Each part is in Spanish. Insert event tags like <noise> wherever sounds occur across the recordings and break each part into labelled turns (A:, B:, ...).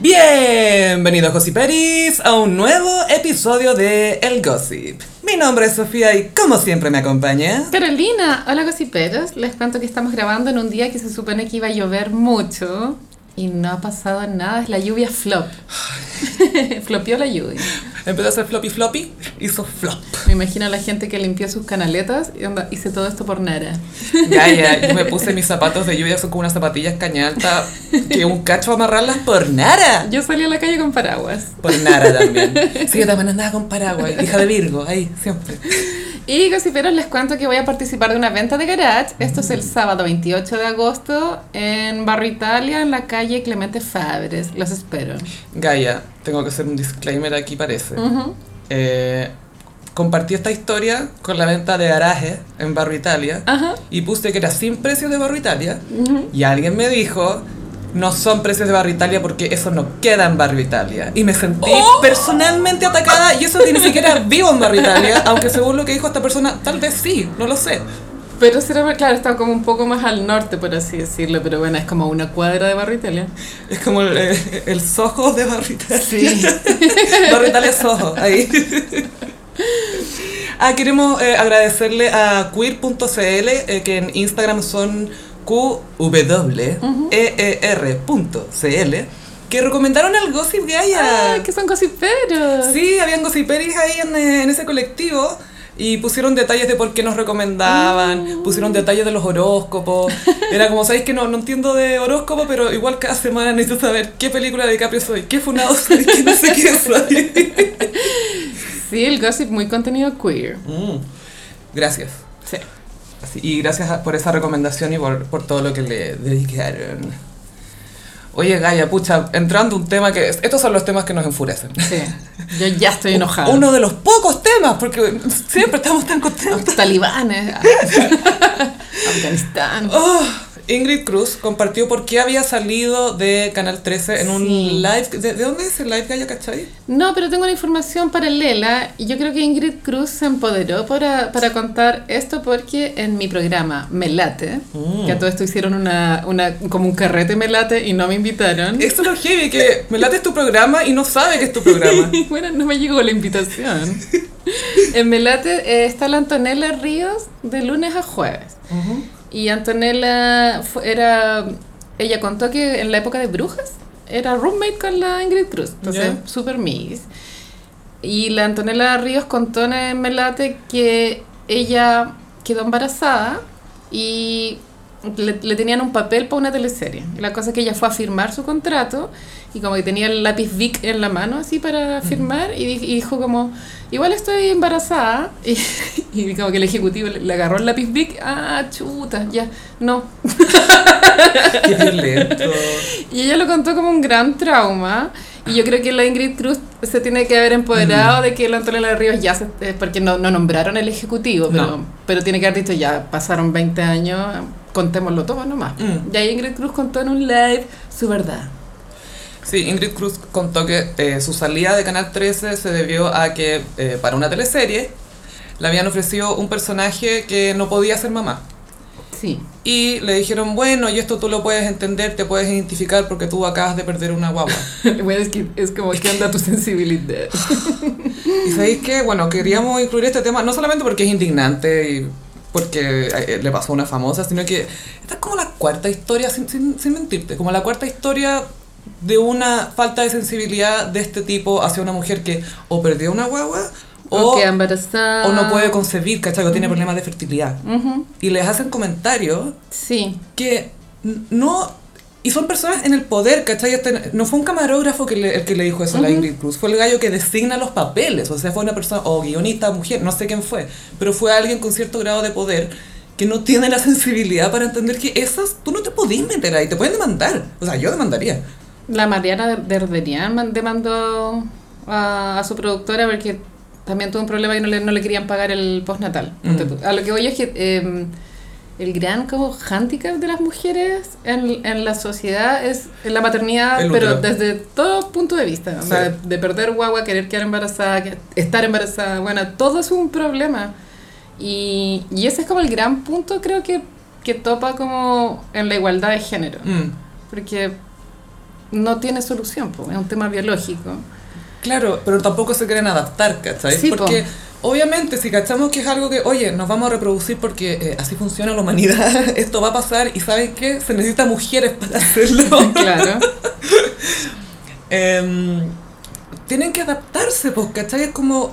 A: Bienvenidos Gossiperis a un nuevo episodio de El Gossip. Mi nombre es Sofía y como siempre me acompaña.
B: Carolina, hola gossiperos. Les cuento que estamos grabando en un día que se supone que iba a llover mucho y no ha pasado nada. Es la lluvia flop. <laughs> Flopió la lluvia.
A: Empezó a hacer floppy floppy, hizo flop.
B: Me imagino a la gente que limpió sus canaletas y onda, hice todo esto por nada.
A: <laughs> Ya, ya, yo me puse mis zapatos de lluvia, son como unas zapatillas caña alta, que un cacho amarrarlas por nada.
B: Yo salí a la calle con paraguas.
A: Por nada también. Sí, yo también andaba con paraguas, hija de Virgo, ahí, siempre.
B: Y gossiperos, les cuento que voy a participar de una venta de garage. Esto es el sábado 28 de agosto en Barrio Italia, en la calle Clemente Fabres. Los espero.
A: Gaia, tengo que hacer un disclaimer aquí, parece.
B: Ujú.
A: Eh, compartí esta historia con la venta de garaje en Barro Italia
B: Ajá.
A: y puse que era sin precios de Barro Italia y alguien me dijo no son precios de Barro Italia porque eso no queda en Barro Italia y me sentí personalmente atacada y eso que ni siquiera <laughs> vivo en Barro Italia aunque según lo que dijo esta persona tal vez sí no lo sé
B: Pero será, claro, está como un poco más al norte, por así decirlo, pero bueno, es como una cuadra de Barrio Italia.
A: es como el, el, el sojo de Barro Italia <laughs> Barrio Italia Soho, ahí. Ah, queremos eh, agradecerle a queer.cl, eh, que en Instagram son E qweer.cl, que recomendaron al Gossip Gaia.
B: ¡Ah, que son gossiperos!
A: Sí, habían gossiperis ahí en, eh, en ese colectivo. Y pusieron detalles de por qué nos recomendaban, pusieron detalles de los horóscopos. Era como, ¿sabéis que no, no entiendo de horóscopo? Pero igual cada semana necesito saber qué película de Caprio soy, qué funado soy, qué no sé qué soy.
B: Sí, el gossip muy contenido queer.
A: Mm, gracias.
B: Sí.
A: Así- y gracias a- por esa recomendación y por, por todo lo que le dedicaron. Oye, Gaia, pucha, entrando un tema que... Estos son los temas que nos enfurecen.
B: Sí. Yo
A: <laughs>
B: ya estoy enojada.
A: Uno de los pocos temas, porque siempre estamos tan contentos.
B: Los
A: <laughs>
B: talibanes. ah. Afganistán.
A: Oh, Ingrid Cruz compartió por qué había salido de Canal 13 en un
B: Sí.
A: live... ¿De, de dónde es el live, Gaia, cachai?
B: No, pero tengo una información paralela. y Yo creo que Ingrid Cruz se empoderó para, para contar esto porque en mi programa Me Late,
A: Mm.
B: que a todo esto hicieron una, una, como un carrete Me Late y no me invitaron.
A: Esto es lo heavy, que me late es tu programa y no sabe que es tu
B: <laughs>
A: programa.
B: bueno, no me llegó la invitación. en Melate eh, está la Antonella Ríos de lunes a jueves. Y Antonella fu- era. Ella contó que en la época de Brujas era roommate con la Ingrid Cruz. Entonces,
A: Ya.
B: super mix. Y la Antonella Ríos contó en Melate que ella quedó embarazada y le, le tenían un papel para una teleserie. La cosa es que ella fue a firmar su contrato y como que tenía el lápiz Vic en la mano así para firmar y, di- y dijo como, igual estoy embarazada. <laughs> Y, y como que el ejecutivo le, le agarró el lápiz Vic, ah, chuta, ya, no.
A: Qué violento.
B: Y ella lo contó como un gran trauma. Y yo creo que la Ingrid Cruz se tiene que haber empoderado
A: Mm.
B: de que la Antonella Ríos ya se... eh, Porque no, no nombraron el ejecutivo, pero,
A: No.
B: pero tiene que haber dicho, ya pasaron 20 años, contémoslo todo nomás.
A: Mm.
B: Y ahí Ingrid Cruz contó en un live su verdad.
A: Sí, Ingrid Cruz contó que eh, su salida de Canal 13 se debió a que eh, para una teleserie le habían ofrecido un personaje que no podía ser mamá.
B: Sí.
A: Y le dijeron, bueno, y esto tú lo puedes entender, te puedes identificar porque tú acabas de perder una guagua.
B: <laughs> Bueno, es, que, es como, ¿qué onda tu sensibilidad?
A: y sabéis que, bueno, queríamos incluir este tema no solamente porque es indignante y porque eh, le pasó a una famosa, sino que esta es como la cuarta historia, sin, sin, sin mentirte, como la cuarta historia de una falta de sensibilidad de este tipo hacia una mujer que o perdió una guagua <laughs> o,
B: O queda embarazada.
A: o no puede concebir, ¿cachai? O tiene problemas de fertilidad.
B: Ujú.
A: Y les hacen comentarios
B: Sí.
A: que n- no... Y son personas en el poder, ¿cachai? Este- no fue un camarógrafo que le- el que le dijo eso a la Ingrid Cruz, fue el gallo que designa los papeles, o sea, fue una persona, o guionista, mujer, no sé quién fue, pero fue alguien con cierto grado de poder que no tiene la <laughs> sensibilidad para entender que esas, tú no te podés meter ahí, te pueden demandar, o sea, yo demandaría.
B: La Mariana Derderian man- demandó a, a su productora porque también tuvo un problema y no le, no le querían pagar el postnatal.
A: Mm.
B: Ponte tú. A lo que voy es que eh, el gran como handicap de las mujeres en, en la sociedad es la maternidad,
A: El
B: pero
A: útero.
B: desde todo punto de vista. O
A: Sí.
B: sea, de, de perder guagua, querer quedar embarazada, que- estar embarazada, bueno, todo es un problema. Y, y ese es como el gran punto creo que, que topa como en la igualdad de género.
A: Mm.
B: Porque no tiene solución, po, es un tema biológico.
A: Claro, pero tampoco se quieren adaptar, ¿cachai?
B: Sí, po.
A: porque obviamente si cachamos que es algo que, oye, nos vamos a reproducir porque eh, así funciona la humanidad, <laughs> esto va a pasar y ¿saben qué? Se necesitan mujeres para hacerlo.
B: <laughs> Claro.
A: Em, tienen que adaptarse, pues, ¿cachai? Es como,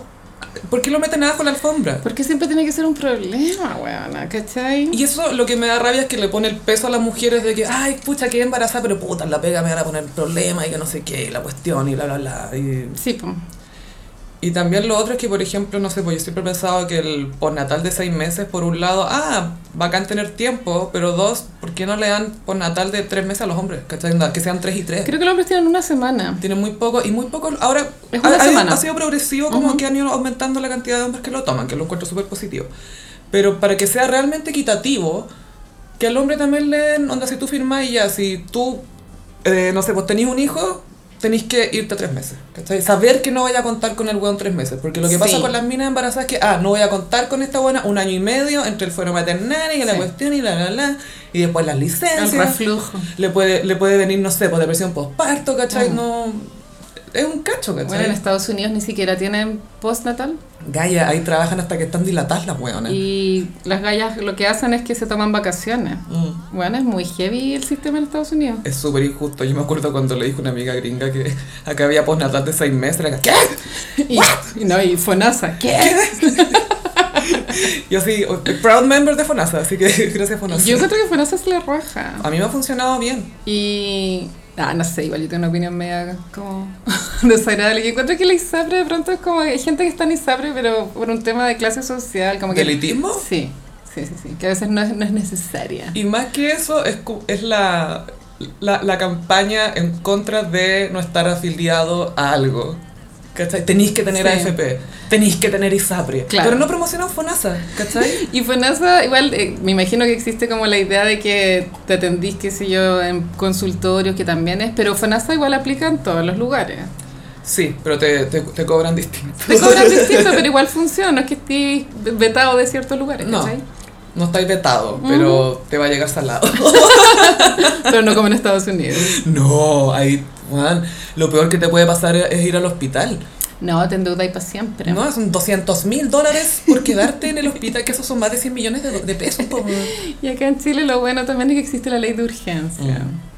A: ¿por qué lo meten abajo la alfombra?
B: Porque siempre tiene que ser un problema, weona, ¿cachai?
A: Y eso lo que me da rabia es que le pone el peso a las mujeres de que, ay, pucha, quedé embarazada, pero puta, en la pega me van a poner problemas y que no sé qué, y la cuestión y bla, bla, bla. Y,
B: Sí, po.
A: y también lo otro es que, por ejemplo, no sé, pues yo siempre he pensado que el postnatal de seis meses, por un lado, ah, bacán tener tiempo, pero dos, ¿por qué no le dan postnatal de tres meses a los hombres? ¿Cachai? Onda, Que sean tres y tres.
B: Creo que los hombres tienen una semana.
A: Tienen muy poco y muy pocos. Ahora
B: Es una
A: ha, ha-
B: semana.
A: ha sido progresivo, como que han ido aumentando la cantidad de hombres que lo toman, que lo encuentro súper positivo. Pero para que sea realmente equitativo, que al hombre también le den, onda, si tú firmas y ya, si tú, eh, no sé, pues tenés un hijo, tenés que irte tres meses. ¿cachai? Saber que no vaya a contar con el weón tres meses. Porque lo que pasa
B: Sí.
A: con las minas embarazadas es que, ah, no voy a contar con esta buena un año y medio entre el fuero maternal y la
B: Sí.
A: cuestión y la, la, la. Y después las
B: El
A: licencias
B: reflujo.
A: le puede, le puede venir, no sé, por depresión postparto, ¿cachai?
B: Mm.
A: No, es un cacho, ¿cachai?
B: Bueno, en Estados Unidos ni siquiera tienen postnatal.
A: Gaya, ahí trabajan hasta que están dilatadas las weonas.
B: Y las gallas lo que hacen es que se toman vacaciones.
A: Mm.
B: Bueno, es muy heavy el sistema en Estados Unidos.
A: Es súper injusto. Yo me acuerdo cuando le dijo una amiga gringa que <laughs> acá había postnatal de seis meses. Era, ¿Qué?
B: <laughs> Y, y no, y FONASA. ¿Qué?
A: Yo así, proud member de FONASA, así que <laughs> gracias FONASA.
B: Yo creo que FONASA es la raja.
A: A mí me ha funcionado bien.
B: Y... Ah, no sé, igual yo tengo una opinión media como <laughs> desagradable. Que encuentro que la ISAPRE de pronto es como... Hay gente que está en ISAPRE, pero por un tema de clase social, como que...
A: ¿Elitismo?
B: Sí, sí, sí, sí. Que a veces no es, no es necesaria.
A: Y más que eso, es, cu- es la, la, la campaña en contra de no estar afiliado a algo. ¿Cachai? Tenéis que tener
B: Sí.
A: AFP, tenéis que tener ISAPRE. E.
B: Claro.
A: Pero no promocionan FONASA,
B: <laughs>
A: ¿cachai?
B: Y FONASA, igual, eh, me imagino que existe como la idea de que te atendís, qué sé yo, en consultorios, que también es, pero FONASA igual aplica en todos los lugares.
A: Sí, pero te, te, te cobran distinto.
B: Te
A: <laughs>
B: cobran distinto, pero igual funciona, no es que estés vetado de ciertos lugares,
A: No.
B: ¿cachai?
A: No estáis vetado, pero te va a llegar salado. <laughs>
B: Pero no como en Estados Unidos.
A: no, ahí, Juan, lo peor que te puede pasar es es ir al hospital.
B: No, te endeudáis para siempre.
A: No, son 200 mil dólares por quedarte en el hospital, que esos son más de 100 millones de, do- de pesos. po.
B: Y acá en Chile lo bueno también es que existe la ley de urgencia.
A: Mm.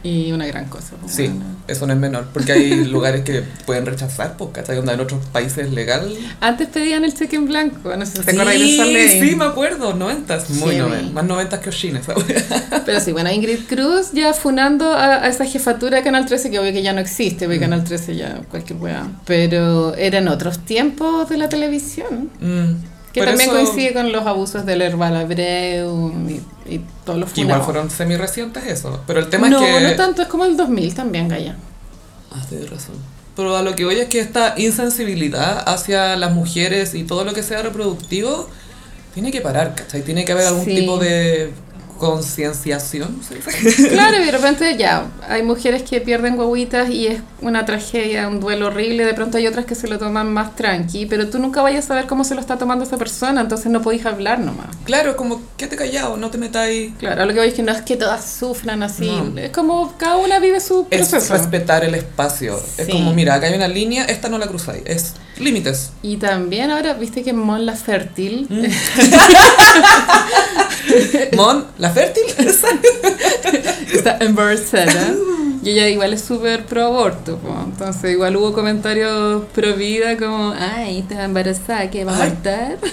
B: Y una gran cosa. pues,
A: Sí,
B: bueno.
A: eso no es menor, porque
B: <laughs>
A: hay lugares que pueden rechazar, pues, ¿cachai? Onda, en otros países es legal.
B: Antes pedían el cheque en blanco, no sé si te
A: Sí,
B: acuerdas de esa ley.
A: sí, me acuerdo, noventas, muy
B: Heavy.
A: noventas, más noventas que Oshina, esa
B: <laughs>
A: wea.
B: Pero sí, bueno, Ingrid Cruz ya funando a, a esa jefatura de Canal 13, que obvio que ya no existe, porque
A: Mm.
B: Canal 13 ya cualquier weá. Pero eran otros tiempos de la televisión.
A: Mm,
B: Que
A: pero
B: también
A: eso-
B: coincide con los abusos del Herbal Abreu y, y todos los
A: que Igual
B: funados.
A: fueron semi recientes eso, pero el tema
B: no,
A: es que...
B: no tanto, es como el 2000 también, Gaya.
A: Ah, tienes razón. Pero a lo que voy es que esta insensibilidad hacia las mujeres y todo lo que sea reproductivo tiene que parar, ¿cachai? Tiene que haber algún
B: Sí.
A: tipo de concienciación. ¿sí?
B: Claro, y de repente ya, hay mujeres que pierden guaguitas y es una tragedia, un duelo horrible, de pronto hay otras que se lo toman más tranqui, pero tú nunca vayas a saber cómo se lo está tomando esa persona, entonces no podéis hablar nomás.
A: <laughs> Claro, como, quédate callado, no te metáis.
B: Claro, a lo que voy es que no es que todas sufran así,
A: No.
B: es como cada una vive su
A: Es
B: proceso.
A: respetar el espacio. Es
B: Sí.
A: como, mira, acá hay una línea, esta no la cruzáis. Es <laughs> límites.
B: y también ahora, viste que Mon la Fértil
A: Mm. Mon, la fértil.
B: <laughs> está embarazada y ella igual es súper pro aborto, po. entonces igual hubo comentarios pro vida como, ay, está embarazada, ¿qué va a
A: Ay,
B: abortar?
A: <laughs>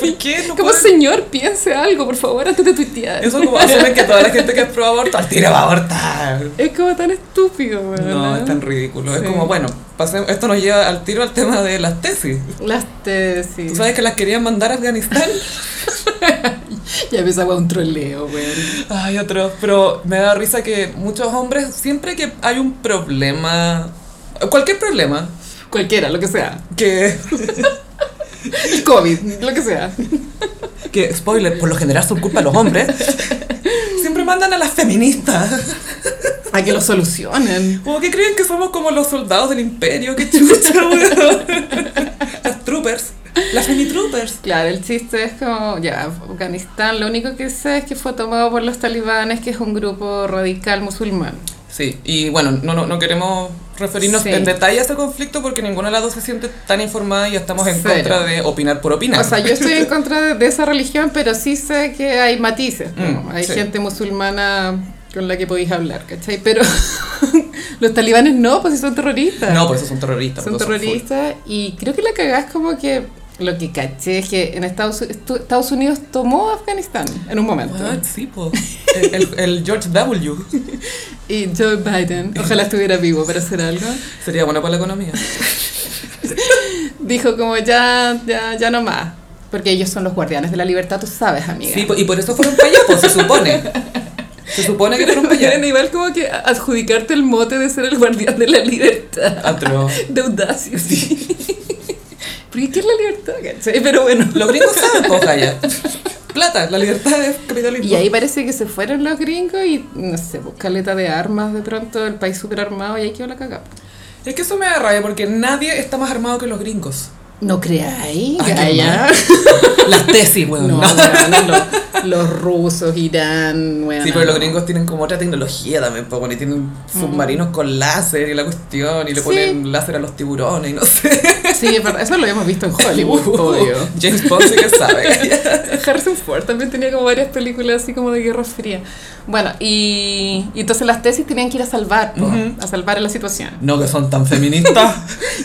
A: ¿Por qué no
B: Como
A: pueden-
B: señor, piense algo, por favor, antes de tuitear.
A: Eso como asumen que toda la gente que es pro aborto al tiro va a abortar.
B: <laughs> Es como tan estúpido, weón.
A: No, es tan ridículo.
B: Sí.
A: Es como, bueno, pasemos- esto nos lleva al tiro al tema de las tesis.
B: Las
A: ¿Tú
B: tesis.
A: sabes que las querían mandar a <laughs> Afganistán?
B: Ya ves agua un troleo, weón.
A: Ay, otro. Pero me da risa que muchos hombres, siempre que hay un problema, cualquier problema,
B: Cualquiera, lo que sea.
A: que,
B: El COVID, lo que sea.
A: que, spoiler, por lo general son culpa de los hombres, siempre mandan a las feministas.
B: A que lo solucionen.
A: Como que creen que somos como los soldados del imperio, que chucha, weón. Las troopers, las femi-troopers.
B: Claro, el chiste es como, ya, Afganistán, lo único que sé es que fue tomado por los talibanes, que es un grupo radical musulmán.
A: Sí, y bueno, no, no, no queremos referirnos
B: Sí.
A: en detalle a este conflicto porque ninguna de las dos se siente tan informada y estamos en
B: Cero.
A: contra de opinar por opinar.
B: O sea, yo estoy en contra de, de esa religión, pero sí sé que hay matices. ¿no?
A: Mm,
B: hay
A: sí.
B: gente musulmana con la que podéis hablar, ¿cachai? Pero <laughs> los talibanes no, pues si son terroristas.
A: no, por eso son terroristas.
B: son
A: por eso full.
B: terroristas. Y creo que la cagás como que lo que caché es que en Estados, estu- Estados Unidos tomó Afganistán en un momento.
A: What? Sí, po. El, el- el George W.
B: Y Joe Biden, ojalá estuviera vivo para hacer algo,
A: Sería bueno para la economía.
B: dijo como ya, ya, ya no más. Porque ellos son los guardianes de la libertad, tú sabes, amiga.
A: Sí, po, y por eso fueron para allá, po, se supone. Se supone que fueron para
B: Quieren
A: allá.
B: igual como que adjudicarte el mote de ser el guardián de la libertad.
A: Atroz.
B: De audacia, sí. Porque ¿qué es la libertad? ¿cachai? Pero bueno.
A: Los gringos saben, po, Jaya. Plata, la libertad es capitalismo.
B: Y ahí parece que se fueron los gringos y, no sé, pues, caleta de armas de pronto, el país súper armado y ahí quedó la cagada.
A: Es que eso me da rabia porque nadie está más armado que los gringos.
B: No
A: Ay,
B: creáis,
A: qué
B: allá.
A: Las tesis,
B: No,
A: weón.
B: Ah, no,
A: no.
B: weón, los, los rusos, Irán, weón.
A: Sí, pero los
B: no.
A: gringos tienen como otra tecnología también, pues bueno, y tienen submarinos con láser y la cuestión, y le
B: Sí.
A: ponen láser a los tiburones y no sé.
B: Sí, es verdad, eso lo habíamos visto en
A: <laughs>
B: Hollywood, obvio.
A: James Bond sí que
B: <laughs>
A: sabe.
B: Harrison Ford también tenía como varias películas así como de Guerra Fría. Bueno, y, y entonces las tesis tenían que ir a salvar, po,
A: Ujú.
B: a salvar la situación.
A: no que son tan
B: <laughs>
A: feministas.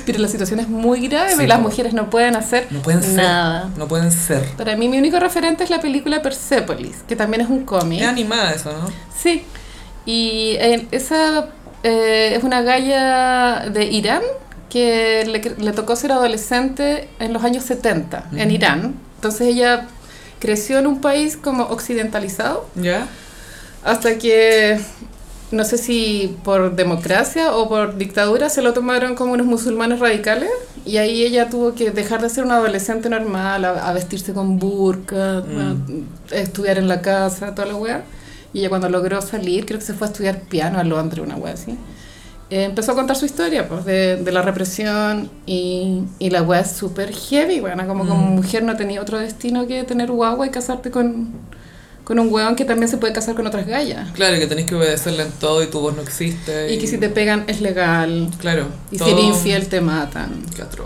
B: Pero la situación es muy grave
A: Sí,
B: y las
A: po.
B: mujeres no pueden hacer
A: No pueden ser.
B: nada.
A: No pueden ser.
B: Para mí mi único referente es la película Persepolis, que también es un cómic.
A: Es animada eso, ¿no?
B: Sí. Y eh, esa eh, es una galla de Irán que le, cre- le tocó ser adolescente en los años 70 en
A: Ujú.
B: Irán. Entonces ella creció en un país como occidentalizado
A: ¿Ya?
B: hasta que no sé si por democracia o por dictadura se lo tomaron como unos musulmanes radicales y ahí ella tuvo que dejar de ser una adolescente normal, a, a vestirse con burka,
A: Mm.
B: a, a estudiar en la casa, toda la wea. Y ella cuando logró salir, creo que se fue a estudiar piano a Londres, una wea así. eh, empezó a contar su historia pues, de, de la represión y, y la wea es súper heavy, bueno, como como
A: Mm.
B: mujer no tenía otro destino que tener guagua y casarte con, con un hueón que también se puede casar con otras gallas.
A: Claro, que tenés que obedecerle en todo y tu voz no existe.
B: Y que si te pegan es legal.
A: Claro.
B: Y si
A: todo-
B: eres infiel te matan. <laughs>
A: Qué atroz.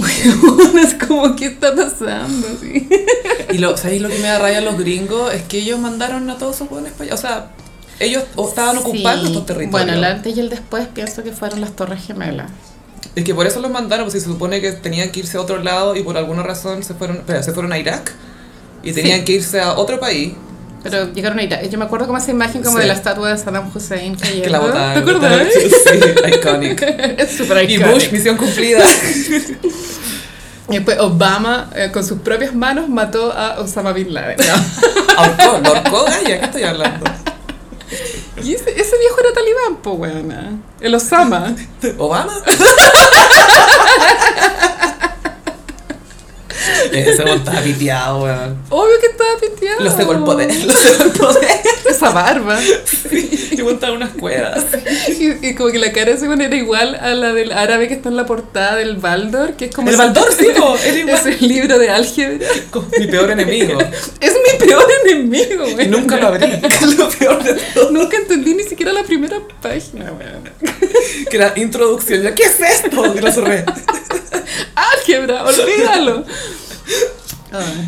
B: es como, ¿qué está pasando? Sí.
A: Y lo, ¿sabéis lo que me da rabia a los gringos? Es que ellos mandaron a todos sus buenos para allá. O sea, ellos o estaban ocupando
B: Sí.
A: estos territorios.
B: Bueno, el antes y el después pienso que fueron las Torres Gemelas.
A: Es que por eso los mandaron, pues si se supone que tenían que irse a otro lado y por alguna razón se fueron, espera, se fueron a Irak y tenían
B: Sí.
A: que irse a otro país.
B: Pero llegaron a Irak. Yo me acuerdo como esa imagen como
A: Sí.
B: de la estatua de Saddam Hussein cayendo.
A: Que la botaron.
B: ¿Te acuerdas?
A: <laughs> Sí,
B: <laughs>
A: iconic.
B: es súper
A: Y
B: icónico.
A: Bush, misión cumplida.
B: <laughs> Y después Obama eh, con sus propias manos mató a Osama Bin
A: <laughs>
B: Laden.
A: Ahorcó, lo ahorcó Gaya, ¿qué estoy hablando?
B: Y ese, ese viejo era talibán, po, weona.
A: <laughs>
B: El Osama.
A: ¿Obama? Eh, Ese weón estaba piteado, weón.
B: Obvio que estaba piteado.
A: Los cegó el poder, los cegó el <laughs> poder.
B: Esa barba.
A: Y montaron unas cuerdas.
B: Y, y como que la cara de ese weón era igual a la del árabe que está en la portada del Baldor, que es como...
A: El
B: ese-
A: Baldor,
B: <laughs>
A: sí, po, era igual.
B: Es el libro de álgebra.
A: Con mi peor enemigo.
B: Es mi peor enemigo,
A: Y
B: weón.
A: nunca lo
B: <laughs>
A: abrí. Lo peor de todo.
B: Nunca entendí ni siquiera la primera página, weón.
A: que era introducción. Yo, ¿qué es esto? Y lo cerré.
B: Álgebra, olvídalo. Ay.
A: Ah,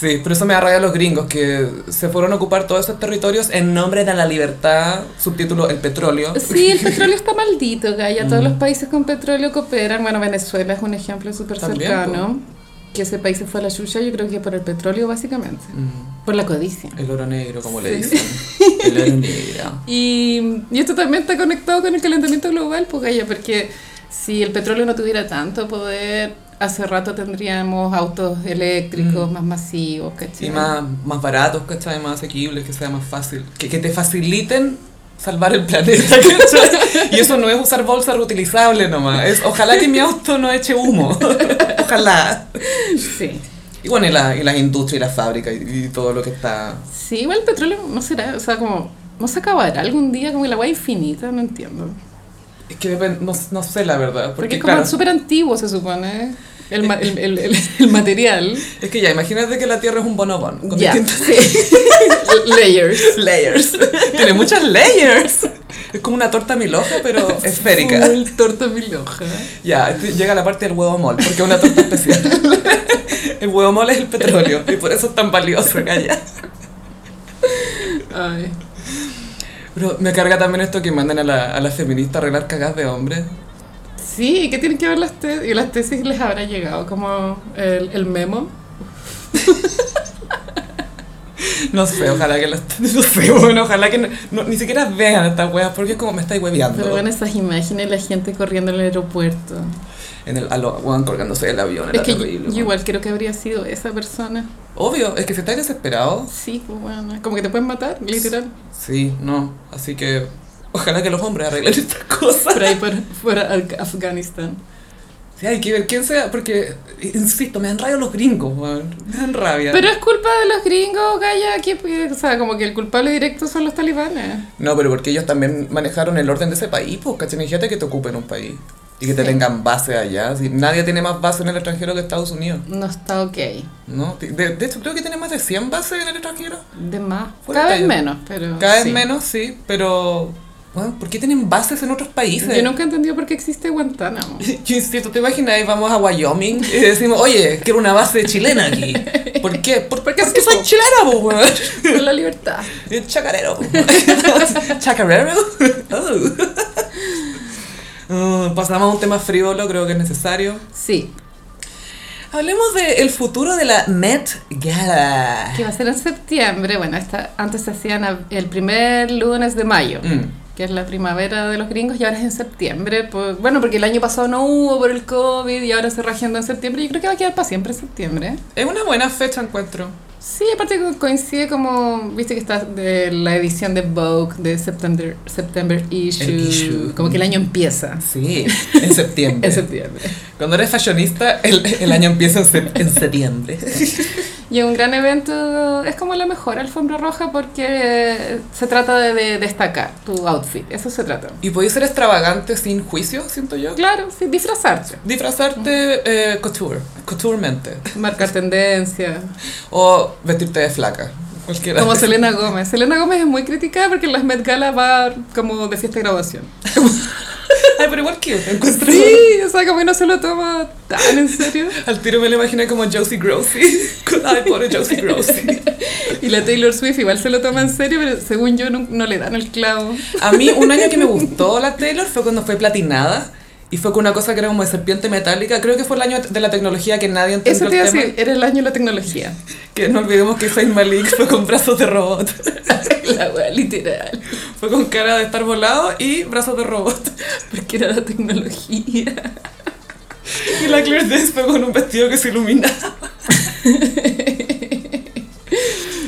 A: Sí, pero eso me da rabia a los gringos que se fueron a ocupar todos esos territorios en nombre de la libertad, subtítulo el petróleo.
B: Sí, el petróleo está maldito, Gaya. Todos
A: Mm.
B: los países con petróleo cooperan. Bueno, Venezuela es un ejemplo súper
A: También,
B: cercano. Que ese país se fue a la chucha, yo creo que por el petróleo, básicamente.
A: Mm,
B: Por la codicia.
A: El oro negro, como le
B: Sí.
A: dicen. El oro negro.
B: Y, y esto también está conectado con el calentamiento global, pues Gaya, porque si el petróleo no tuviera tanto poder, hace rato tendríamos autos eléctricos
A: Mm.
B: más masivos, ¿cachai?
A: Y más, más baratos, ¿cachai? Más asequibles, que sea más fácil. Que, que te faciliten salvar el planeta, <laughs> ¿cachai? Y eso no es usar bolsa reutilizable nomás. Es, ojalá que mi auto no eche humo. <laughs> Ojalá.
B: <laughs> Sí.
A: Y bueno, y, la- y las industrias y las fábricas y- y todo lo que está
B: Sí, igual el petróleo no será, o sea, como, no se acabará algún día, como el agua infinita, no entiendo.
A: Es que depen- no, no sé la verdad, porque,
B: Porque es como
A: claro, Eh.
B: súper antiguo, se supone, el, ma- el, el, el- el material.
A: es que ya, imagínate que la Tierra es un bonobón con <laughs>
B: Ya,
A: distintas
B: <laughs> sí.
A: <laughs>
B: Layers.
A: layers. Tiene muchas layers. Es como una torta mil hojas,
B: <laughs>
A: pero esférica.
B: El torta mil hojas.
A: Ya, este- llega la parte del huevo mol, porque es una torta especial.
B: <laughs>
A: El huevo mol es el petróleo, y por eso es tan valioso, calla.
B: Ay.
A: Pero me carga también esto que mandan a la, a la feminista a arreglar cagadas de hombres.
B: Sí, ¿qué tienen que ver las tesis? Y las tesis les habrá llegado como el, el memo.
A: No sé, ojalá que las... <laughs> No sé, bueno, ojalá que no- no- ni siquiera vean estas weas, porque es como me estáis hueveando.
B: Pero bueno, esas imágenes, la gente corriendo en el aeropuerto.
A: En el, a lo, weón, colgándose del avión,
B: es
A: era
B: que yo,
A: terrible.
B: yo
A: weón.
B: igual creo que habría sido esa persona.
A: Obvio, es que si estáis desesperados,
B: Sí, pues bueno, como que te pueden matar, literal.
A: sí, no. Así que ojalá que los hombres arreglen estas cosas.
B: Por ahí, por, por Af- Afganistán.
A: Sí, hay que ver quién sea, porque, insisto, me dan rabia los gringos, weón. Me dan rabia.
B: Pero es culpa de los gringos, Gaya, que, o sea, como que el culpable directo son los talibanes.
A: No, pero porque ellos también manejaron el orden de ese país, pues, ¿cachai? Imagínate que te ocupen un país y que te
B: Sí.
A: tengan base allá. Si nadie tiene más base en el extranjero que Estados Unidos,
B: No está ok.
A: ¿no? De, de hecho, creo que tiene más de 100 bases en el extranjero.
B: De más.
A: Fuera
B: Cada vez
A: talla.
B: menos, pero.
A: Cada vez
B: sí.
A: menos, sí, pero... Bueno, ¿por qué tienen bases en otros países?
B: Yo nunca he entendido por qué existe Guantánamo.
A: <laughs> Yo insisto, ¿te imaginas? Ahí Vamos a Wyoming y decimos, oye, quiero una base chilena
B: <laughs>
A: aquí. ¿Por qué? ¿Por, porque
B: Porque
A: soy
B: po.
A: chilena, po, weón.
B: <laughs> Por la libertad.
A: El chacarero. <laughs> ¿Chacarero? <laughs> Oh. Mm, pasamos a un tema frívolo, creo que es necesario.
B: Sí.
A: Hablemos del futuro de la Met Gala.
B: Que va a ser en septiembre. Bueno, esta, antes se hacían a- el primer lunes de mayo.
A: Mm,
B: que es la primavera de los gringos, y ahora es en septiembre. pues, bueno, porque el año pasado no hubo por el COVID y ahora se reagenda en septiembre. Yo creo que va a quedar para siempre en septiembre.
A: Es una buena fecha, encuentro.
B: Sí, aparte que coincide como, viste que está de la edición de Vogue de September, September issue,
A: El issue.
B: Como que el año empieza
A: Sí, <laughs> en septiembre.
B: en septiembre.
A: Cuando eres fashionista, el, el año empieza en, sep- en septiembre.
B: Y un gran evento es como la mejor alfombra roja porque se trata de, de destacar tu outfit. Eso se trata.
A: Y podéis ser extravagante sin juicio, siento yo.
B: Claro, sí, disfrazarse,
A: Disfrazarte eh, couture, couturemente.
B: marcar tendencia.
A: O vestirte de flaca. Cualquiera.
B: Como Selena Gómez. Selena Gómez es muy criticada porque en las Met Gala va como de fiesta de graduación.
A: <laughs> Ay, pero igual que encuentro.
B: Sí, o sea, como que no se lo toma tan en serio.
A: Al tiro me lo imaginé como Josie Grossi. <laughs> Ay, pobre Josie Grossi.
B: Y la Taylor Swift igual se lo toma en serio, pero según yo no, no le dan el clavo.
A: A mí, un año que me gustó la Taylor fue cuando fue platinada. Y fue con una cosa que era como de serpiente metálica. Creo que fue el año de la tecnología que nadie entendió
B: Eso te iba a
A: el tema.
B: decir, era el año de la tecnología.
A: Que no olvidemos que Zayn Malik fue con brazos de robot.
B: <laughs> La wea, literal.
A: Fue con cara de estar volado y brazos de robot.
B: Porque era la tecnología.
A: Y la Claire Danes fue con un vestido que se iluminaba.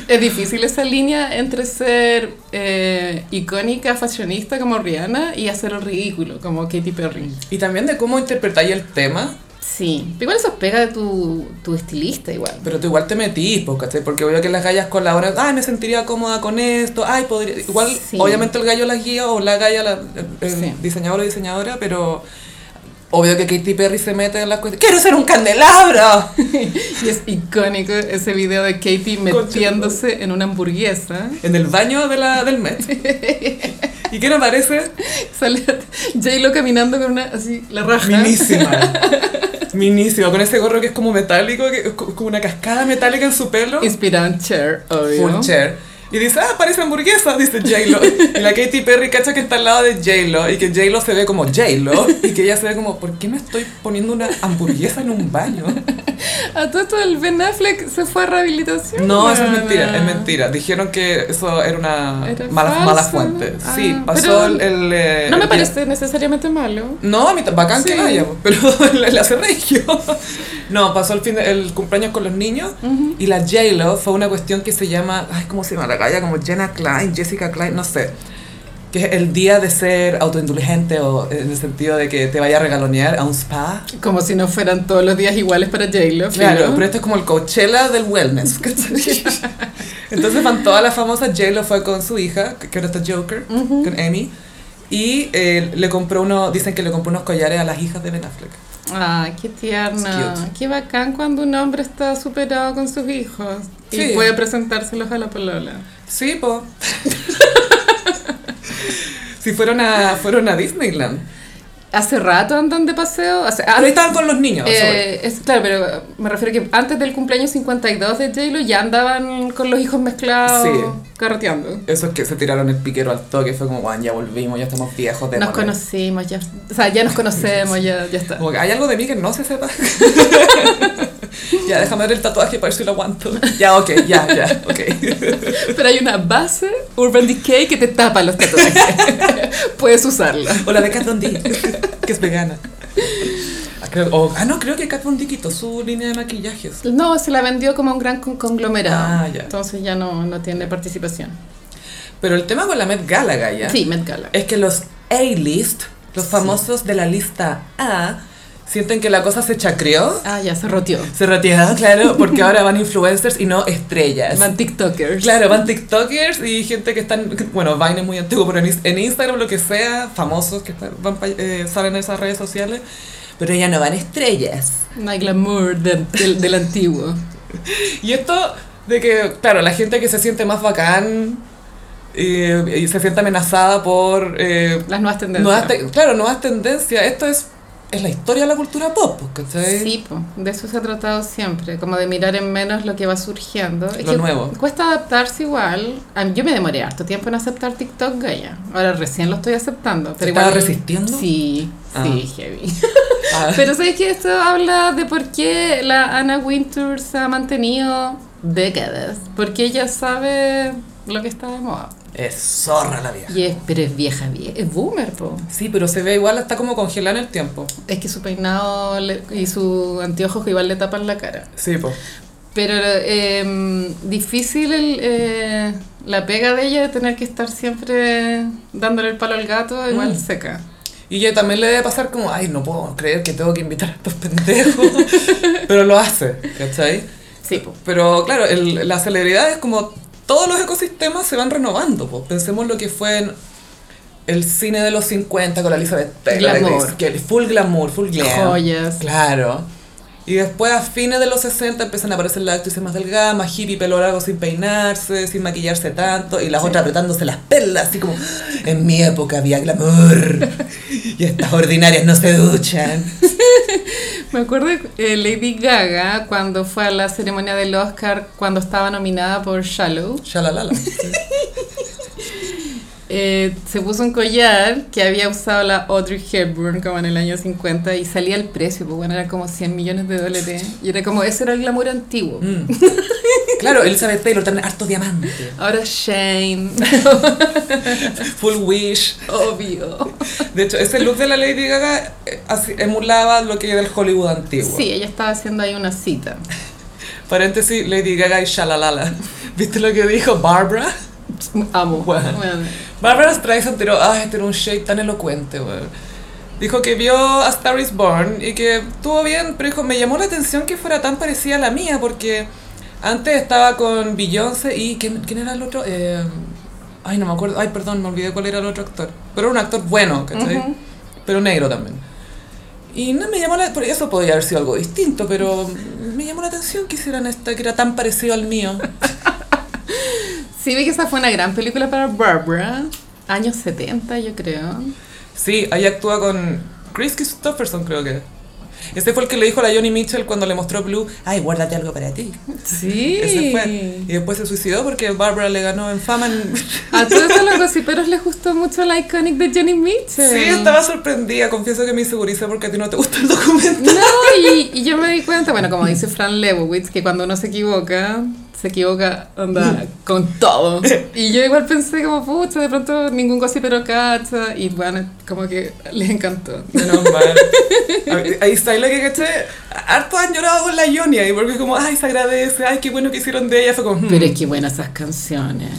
B: Es difícil esa línea entre ser eh, icónica, fashionista como Rihanna y hacer el ridículo como Katy Perry.
A: Y también de cómo interpretáis el tema.
B: Sí, pero igual eso pega de tu, tu estilista igual.
A: <laughs> Pero tú igual te metís, po, ¿cachai? Porque obvio que las gallas colaboran, ay, me sentiría cómoda con esto, ay, podría... Igual,
B: Sí.
A: obviamente el gallo las guía o la galla, la el- el
B: Sí.
A: diseñador o diseñadora, pero... Obvio que Katy Perry se mete en las cuestiones. ¡Quiero ser un candelabro!
B: Y es icónico ese video de Katie metiéndose en una hamburguesa.
A: En el baño de la, del
B: <laughs>
A: Met. ¿Y quién aparece?
B: Sale J-Lo caminando con una, así, la raja. <laughs>
A: Minísima. Minísima, con ese gorro que es como metálico, que es co- como una cascada metálica en su pelo.
B: Inspirada en Cher, obvio.
A: full chair. Y dice, ah, parece hamburguesa, dice J-Lo. Y la Katy Perry cacha que está al lado de J-Lo y que J-Lo se ve como J-Lo y que ella se ve como, ¿por qué me estoy poniendo una hamburguesa en un baño?
B: A todo esto el Ben Affleck se fue a rehabilitación.
A: No, eso es
B: weona.
A: mentira, es mentira. Dijeron que eso era una
B: Era
A: mala, mala
B: falso.
A: fuente. sí,
B: Ah,
A: pasó el...
B: pero
A: el, eh,
B: No me
A: el-
B: parece necesariamente malo.
A: No, a mí t- bacán
B: Sí.
A: que vaya, po, pero <laughs> la, la hace regio. <laughs> No, pasó el, fin de- el cumpleaños con los niños y la J-Lo fue una cuestión que se llama, ay, ¿cómo se llama la galla? Como Jenna Klein, Jessica Klein, no sé. Que es el día de ser autoindulgente o en el sentido de que te vaya a regalonear a un spa.
B: Como si no fueran todos los días iguales para J-Lo.
A: Claro,
B: filo.
A: pero esto es como el Coachella del wellness. <laughs> ¿cachai? Entonces van todas las famosas. J-Lo fue con su hija, que ahora está Joker, con Amy. Y eh, le compró uno, dicen que le compró unos collares a las hijas de Ben Affleck.
B: Ah, qué
A: Es
B: tierna.
A: cute.
B: Qué bacán cuando un hombre está superado con sus hijos
A: Sí.
B: y puede presentárselos a la polola.
A: Sí, po. Si fueron a, fueron a Disneyland.
B: Hace rato andan de paseo. hace-
A: Pero
B: antes-
A: estaban con los niños. sobre.
B: Eh, es, claro, pero me refiero que antes del cumpleaños 52 de J-Lo ya andaban con los hijos mezclados,
A: Sí.
B: carreteando.
A: Esos que se tiraron el piquero al toque, fue como, "Guau, ya volvimos, ya estamos viejos de
B: Nos conocimos ya. O sea, ya nos conocemos, ya, ya está.
A: Como que hay algo de mí que no se sepa. ya, déjame ver el tatuaje para ver si lo aguanto. Ya, ok, ya, ya, ok.
B: Pero hay una base Urban Decay que te tapa los tatuajes.
A: <laughs>
B: Puedes usarla.
A: O la de Kat Von D, que es vegana. Ah, creo- o- ah, no, creo que Kat Von D quitó su línea de maquillajes.
B: No, se la vendió como un gran con- conglomerado.
A: Ah, ya.
B: Entonces ya no, no tiene participación.
A: Pero el tema con la Met Gala, Gaia,
B: Sí, Met Gala.
A: es que los A-list, los
B: Sí.
A: famosos de la lista A, sienten que la cosa se chacreó.
B: Ah, ya, se roteó.
A: Se rateó,
B: <laughs>
A: claro, porque ahora van influencers y no estrellas.
B: Van TikTokers.
A: Claro, van TikTokers y gente que están, bueno, Vine es muy antiguo, pero en, Ins- en Instagram, lo que sea, famosos que están- van pa- eh, salen en esas redes sociales, pero ya no van estrellas.
B: No hay glamour de- del- del antiguo.
A: Y esto de que, claro, la gente que se siente más bacán eh, y se siente amenazada por... eh,
B: Las nuevas tendencias.
A: nuevas te- claro, nuevas tendencias, esto es, es la historia de la cultura pop, ¿cachai?
B: Sí, po, de eso se ha tratado siempre, como de mirar en menos lo que va surgiendo. Es
A: Lo
B: que
A: nuevo.
B: Cuesta adaptarse igual. A mí- yo me demoré harto tiempo en aceptar TikTok, Gaia. Ahora recién lo estoy aceptando. Pero
A: ¿Estaba
B: igual,
A: resistiendo?
B: Sí,
A: Ah.
B: sí, heavy. <laughs>
A: Ah,
B: Pero sabes que esto habla de por qué la Anna Wintour se ha mantenido décadas. Porque ella sabe lo que está de moda.
A: es zorra la vieja.
B: Y es, pero es vieja, vie- es boomer, po.
A: Sí, pero se ve igual, está como congelada en el tiempo.
B: Es que su peinado le- y su anteojos que igual le tapan la cara.
A: Sí, pues.
B: Pero eh, difícil el, eh, la pega de ella de tener que estar siempre dándole el palo al gato, igual
A: Mm.
B: seca.
A: Y ya también le debe pasar como, ay, no puedo creer que tengo que invitar a estos pendejos. <laughs> Pero lo hace, ¿cachai?
B: Sí, po.
A: Pero claro, el- la celebridad es como todos los ecosistemas se van renovando. Pues. Pensemos lo que fue en el cine de los 50 con la Elizabeth Taylor. de
B: Glamour.
A: Grace Kelly. full glamour, full glam.
B: Joyas.
A: Claro. Y después a fines de los 60 empiezan a aparecer las actrices más delgadas, más hippie, pelo largo sin peinarse, sin maquillarse tanto, y las otras apretándose las perlas, así como, "Ah, en mi época había glamour, y estas ordinarias no se duchan.
B: Me acuerdo eh, Lady Gaga cuando fue a la ceremonia del Oscar cuando estaba nominada por Shallow.
A: Shalalala.
B: eh, se puso un collar que había usado la Audrey Hepburn como en el año 50 y salía el precio, pues bueno, era como 100 millones de dólares. Y era como, ese era el glamour antiguo.
A: Mm. Claro, Elizabeth Taylor también, harto diamante,
B: Ahora Shane, <laughs>
A: full wish.
B: obvio.
A: De hecho, ese look de la Lady Gaga eh, así, emulaba lo que era el Hollywood antiguo.
B: Sí, ella estaba haciendo ahí una cita.
A: Paréntesis, Lady Gaga y Shalalala. ¿Viste lo que dijo Barbara?
B: <laughs> Amo. <laughs>
A: Bueno.
B: Bueno.
A: Barbara Streisand tiró, ay, este era un shade tan elocuente, weón. Dijo que vio a Star is Born y que estuvo bien, pero dijo, me llamó la atención que fuera tan parecida a la mía, porque antes estaba con Beyoncé y ¿quién, quién era el otro? Eh, ay, no me acuerdo, ay, perdón, me olvidé cuál era el otro actor. Pero era un actor bueno, ¿cachai?
B: Ujú.
A: Pero negro también. Y no me llamó la por eso podría haber sido algo distinto, pero me llamó la atención que hicieran esta que era tan parecido al mío.
B: Sí, vi que esa fue una gran película para Barbara. Años 70, yo creo.
A: Sí, ahí actúa con Chris Christopherson, creo que. Ese fue el que le dijo a la Johnny Mitchell cuando le mostró Blue, ay, guárdate algo para ti.
B: Sí.
A: Ese fue. Y después se suicidó porque Barbara le ganó en fama. en-
B: A todos esos los gossiperos les gustó mucho la Iconic de Johnny Mitchell.
A: Sí, estaba sorprendida. Confieso que me insegurizé porque a ti no te gusta el documento.
B: No, y, y yo me di cuenta, bueno, como dice Fran Lebowitz, que cuando uno se equivoca, se equivoca, onda, con <laughs> todo. Y yo igual pensé como, pucha, de pronto ningún gossipero cacha. Y bueno, como que les encantó.
A: Menos mal. A- Ahí está ahí lo que caché. Harto han llorado con la Johnny ahí porque como, ay, se agradece, ay, qué bueno que hicieron de ella. Fue como, "Hmm".
B: Pero es que buenas esas canciones.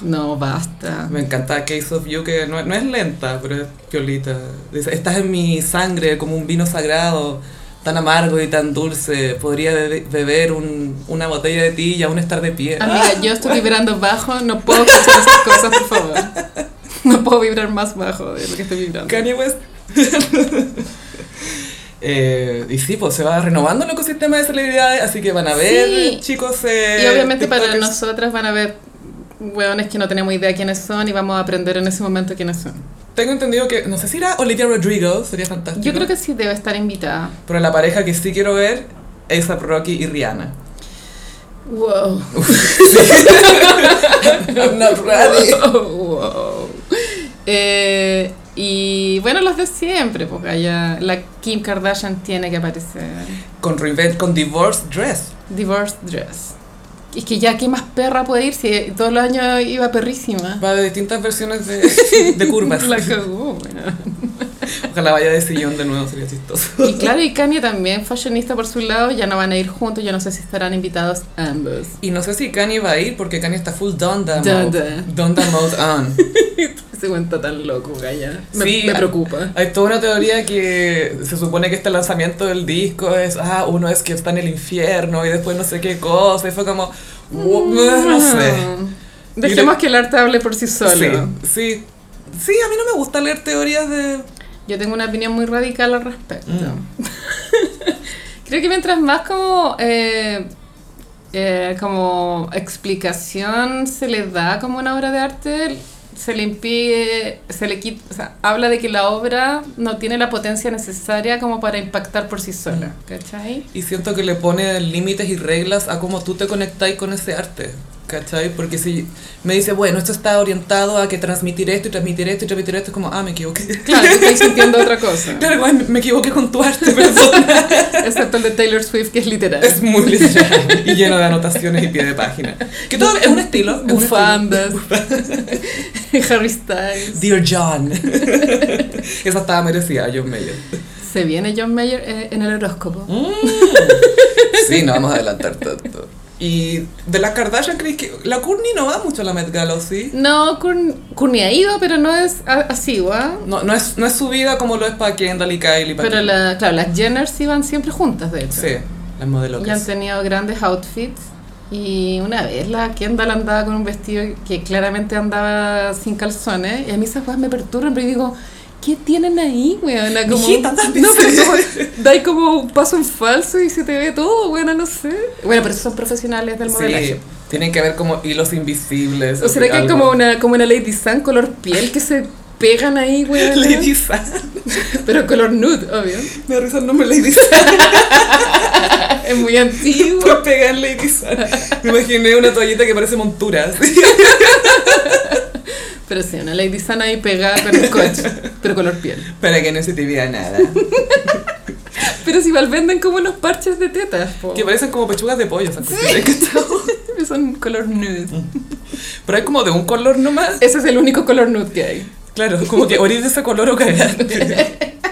B: No, basta.
A: Me encanta Case of You, que no, no es lenta, pero es piolita. Dice, estás en mi sangre como un vino sagrado, tan amargo y tan dulce. Podría bebe- beber un- una botella de ti y aún estar de pie.
B: Amiga, yo estoy vibrando bajo, no puedo escuchar esas cosas, por favor. No puedo vibrar más bajo de lo que estoy vibrando.
A: <laughs> Kanye West. <laughs> Eh, y sí, pues se va renovando el ecosistema de celebridades, así que van a ver
B: Sí.
A: chicos. eh,
B: Y obviamente para
A: tiktokers.
B: nosotras van a haber hueones que no tenemos idea quiénes son y vamos a aprender en ese momento quiénes son.
A: Tengo entendido que, no sé si era Olivia Rodrigo, sería fantástico.
B: Yo creo que sí debe estar invitada.
A: Pero la pareja que sí quiero ver es a Rocky y
B: <laughs>
A: Rihanna. <laughs>
B: Wow.
A: I'm not <laughs> ready.
B: Wow. Eh, y bueno, los de siempre, porque allá la Kim Kardashian tiene que aparecer.
A: Con Revenge, con Divorce Dress.
B: Divorce Dress. Es que ya, ¿qué más perra puede ir si todos los años iba perrísima?
A: Va de distintas versiones de, de curvas.
B: <laughs> La cagó, bueno.
A: Ojalá vaya de sillón de nuevo, sería chistoso.
B: Y claro, y Kanye también, fashionista por su lado, ya no van a ir juntos, yo no sé si estarán invitados ambos.
A: Y no sé si Kanye va a ir porque Kanye está full Donda
B: Donda.
A: mode. Donda mode on.
B: Se cuenta tan loco, Gaya. Me,
A: Sí,
B: me
A: a-
B: preocupa.
A: Hay toda una teoría que se supone que este lanzamiento del disco es, ah, uno es que está en el infierno y después no sé qué cosa. Y fue como, "Wo- no sé.
B: Dejemos
A: Y le-
B: que el arte hable por sí <laughs> solo.
A: Sí, sí. Sí, a mí no me gusta leer teorías de...
B: Yo tengo una opinión muy radical al respecto.
A: Mm.
B: <laughs> Creo que mientras más como eh, eh, como explicación se le da como una obra de arte, se le impide, se le quita, o sea, habla de que la obra no tiene la potencia necesaria como para impactar por sí sola,
A: Mm.
B: ¿cachai?
A: Y siento que le pone límites y reglas a cómo tú te conectas con ese arte. ¿Cachai? Porque si me dice, bueno, esto está orientado a que transmitir esto y transmitir esto y transmitir esto, es como, ah, me equivoqué.
B: Claro, yo estoy sintiendo otra cosa.
A: <laughs> Claro, bueno, me equivoqué con tu arte, perdón.
B: Excepto el de Taylor Swift, que es
A: <laughs>
B: literal.
A: Es muy literal y lleno de anotaciones y pie de página. Que todo es un estilo. es un <laughs>
B: Bufandas. <laughs> Harry Styles.
A: estilo. Dear John. <laughs> Esa estaba merecida, John Mayer.
B: Se viene John Mayer eh, en el horóscopo.
A: Sí, no vamos a adelantar tanto. Y de las Kardashian, ¿crees que la Courtney no va mucho a la Met Gala, o sí?
B: No, Kun- Kuni ha ido, pero no es a- asidua.
A: No, no, es, no es su vida como lo es para Kendall y Kylie. pa'
B: Pero
A: Kim.
B: la, claro, las Jenner sí van siempre juntas, de hecho.
A: Sí, las modelos.
B: Y han tenido grandes outfits. Y una vez la Kendall andaba con un vestido que claramente andaba sin calzones. Y a mí esas cosas me perturban, pero yo digo, ¿qué tienen ahí, weona? Como,
A: Mijita, anda a
B: <laughs> no, pero
A: pensar.
B: como, dai como un paso en falso y se te ve todo, weona, no sé. Bueno, pero son profesionales del modelaje.
A: Sí, tienen que ver como hilos invisibles.
B: ¿O será que hay
A: algo.
B: como una, como una Lady Sun color piel que se pegan ahí,
A: <laughs>
B: weona?
A: Lady Sa.
B: Pero color nude, obvio.
A: Me da risa el nombre Lady Sa.
B: <laughs> Es muy antiguo.
A: Por pegar Lady Sa. Me imaginé una toallita que parece montura. así. <laughs>
B: Pero sí, una Lady Sun ahí pegada con el coche, pero color piel.
A: Para que no se te vea nada.
B: Pero si igual venden como unos parches de tetas, po. <laughs>
A: Que parecen como pechugas de pollo. esas cosas.
B: son color nude.
A: Pero hay como de un color nomás.
B: Ese es el único color nude que hay.
A: Claro, como que orís de ese color o cagarte.
B: <laughs>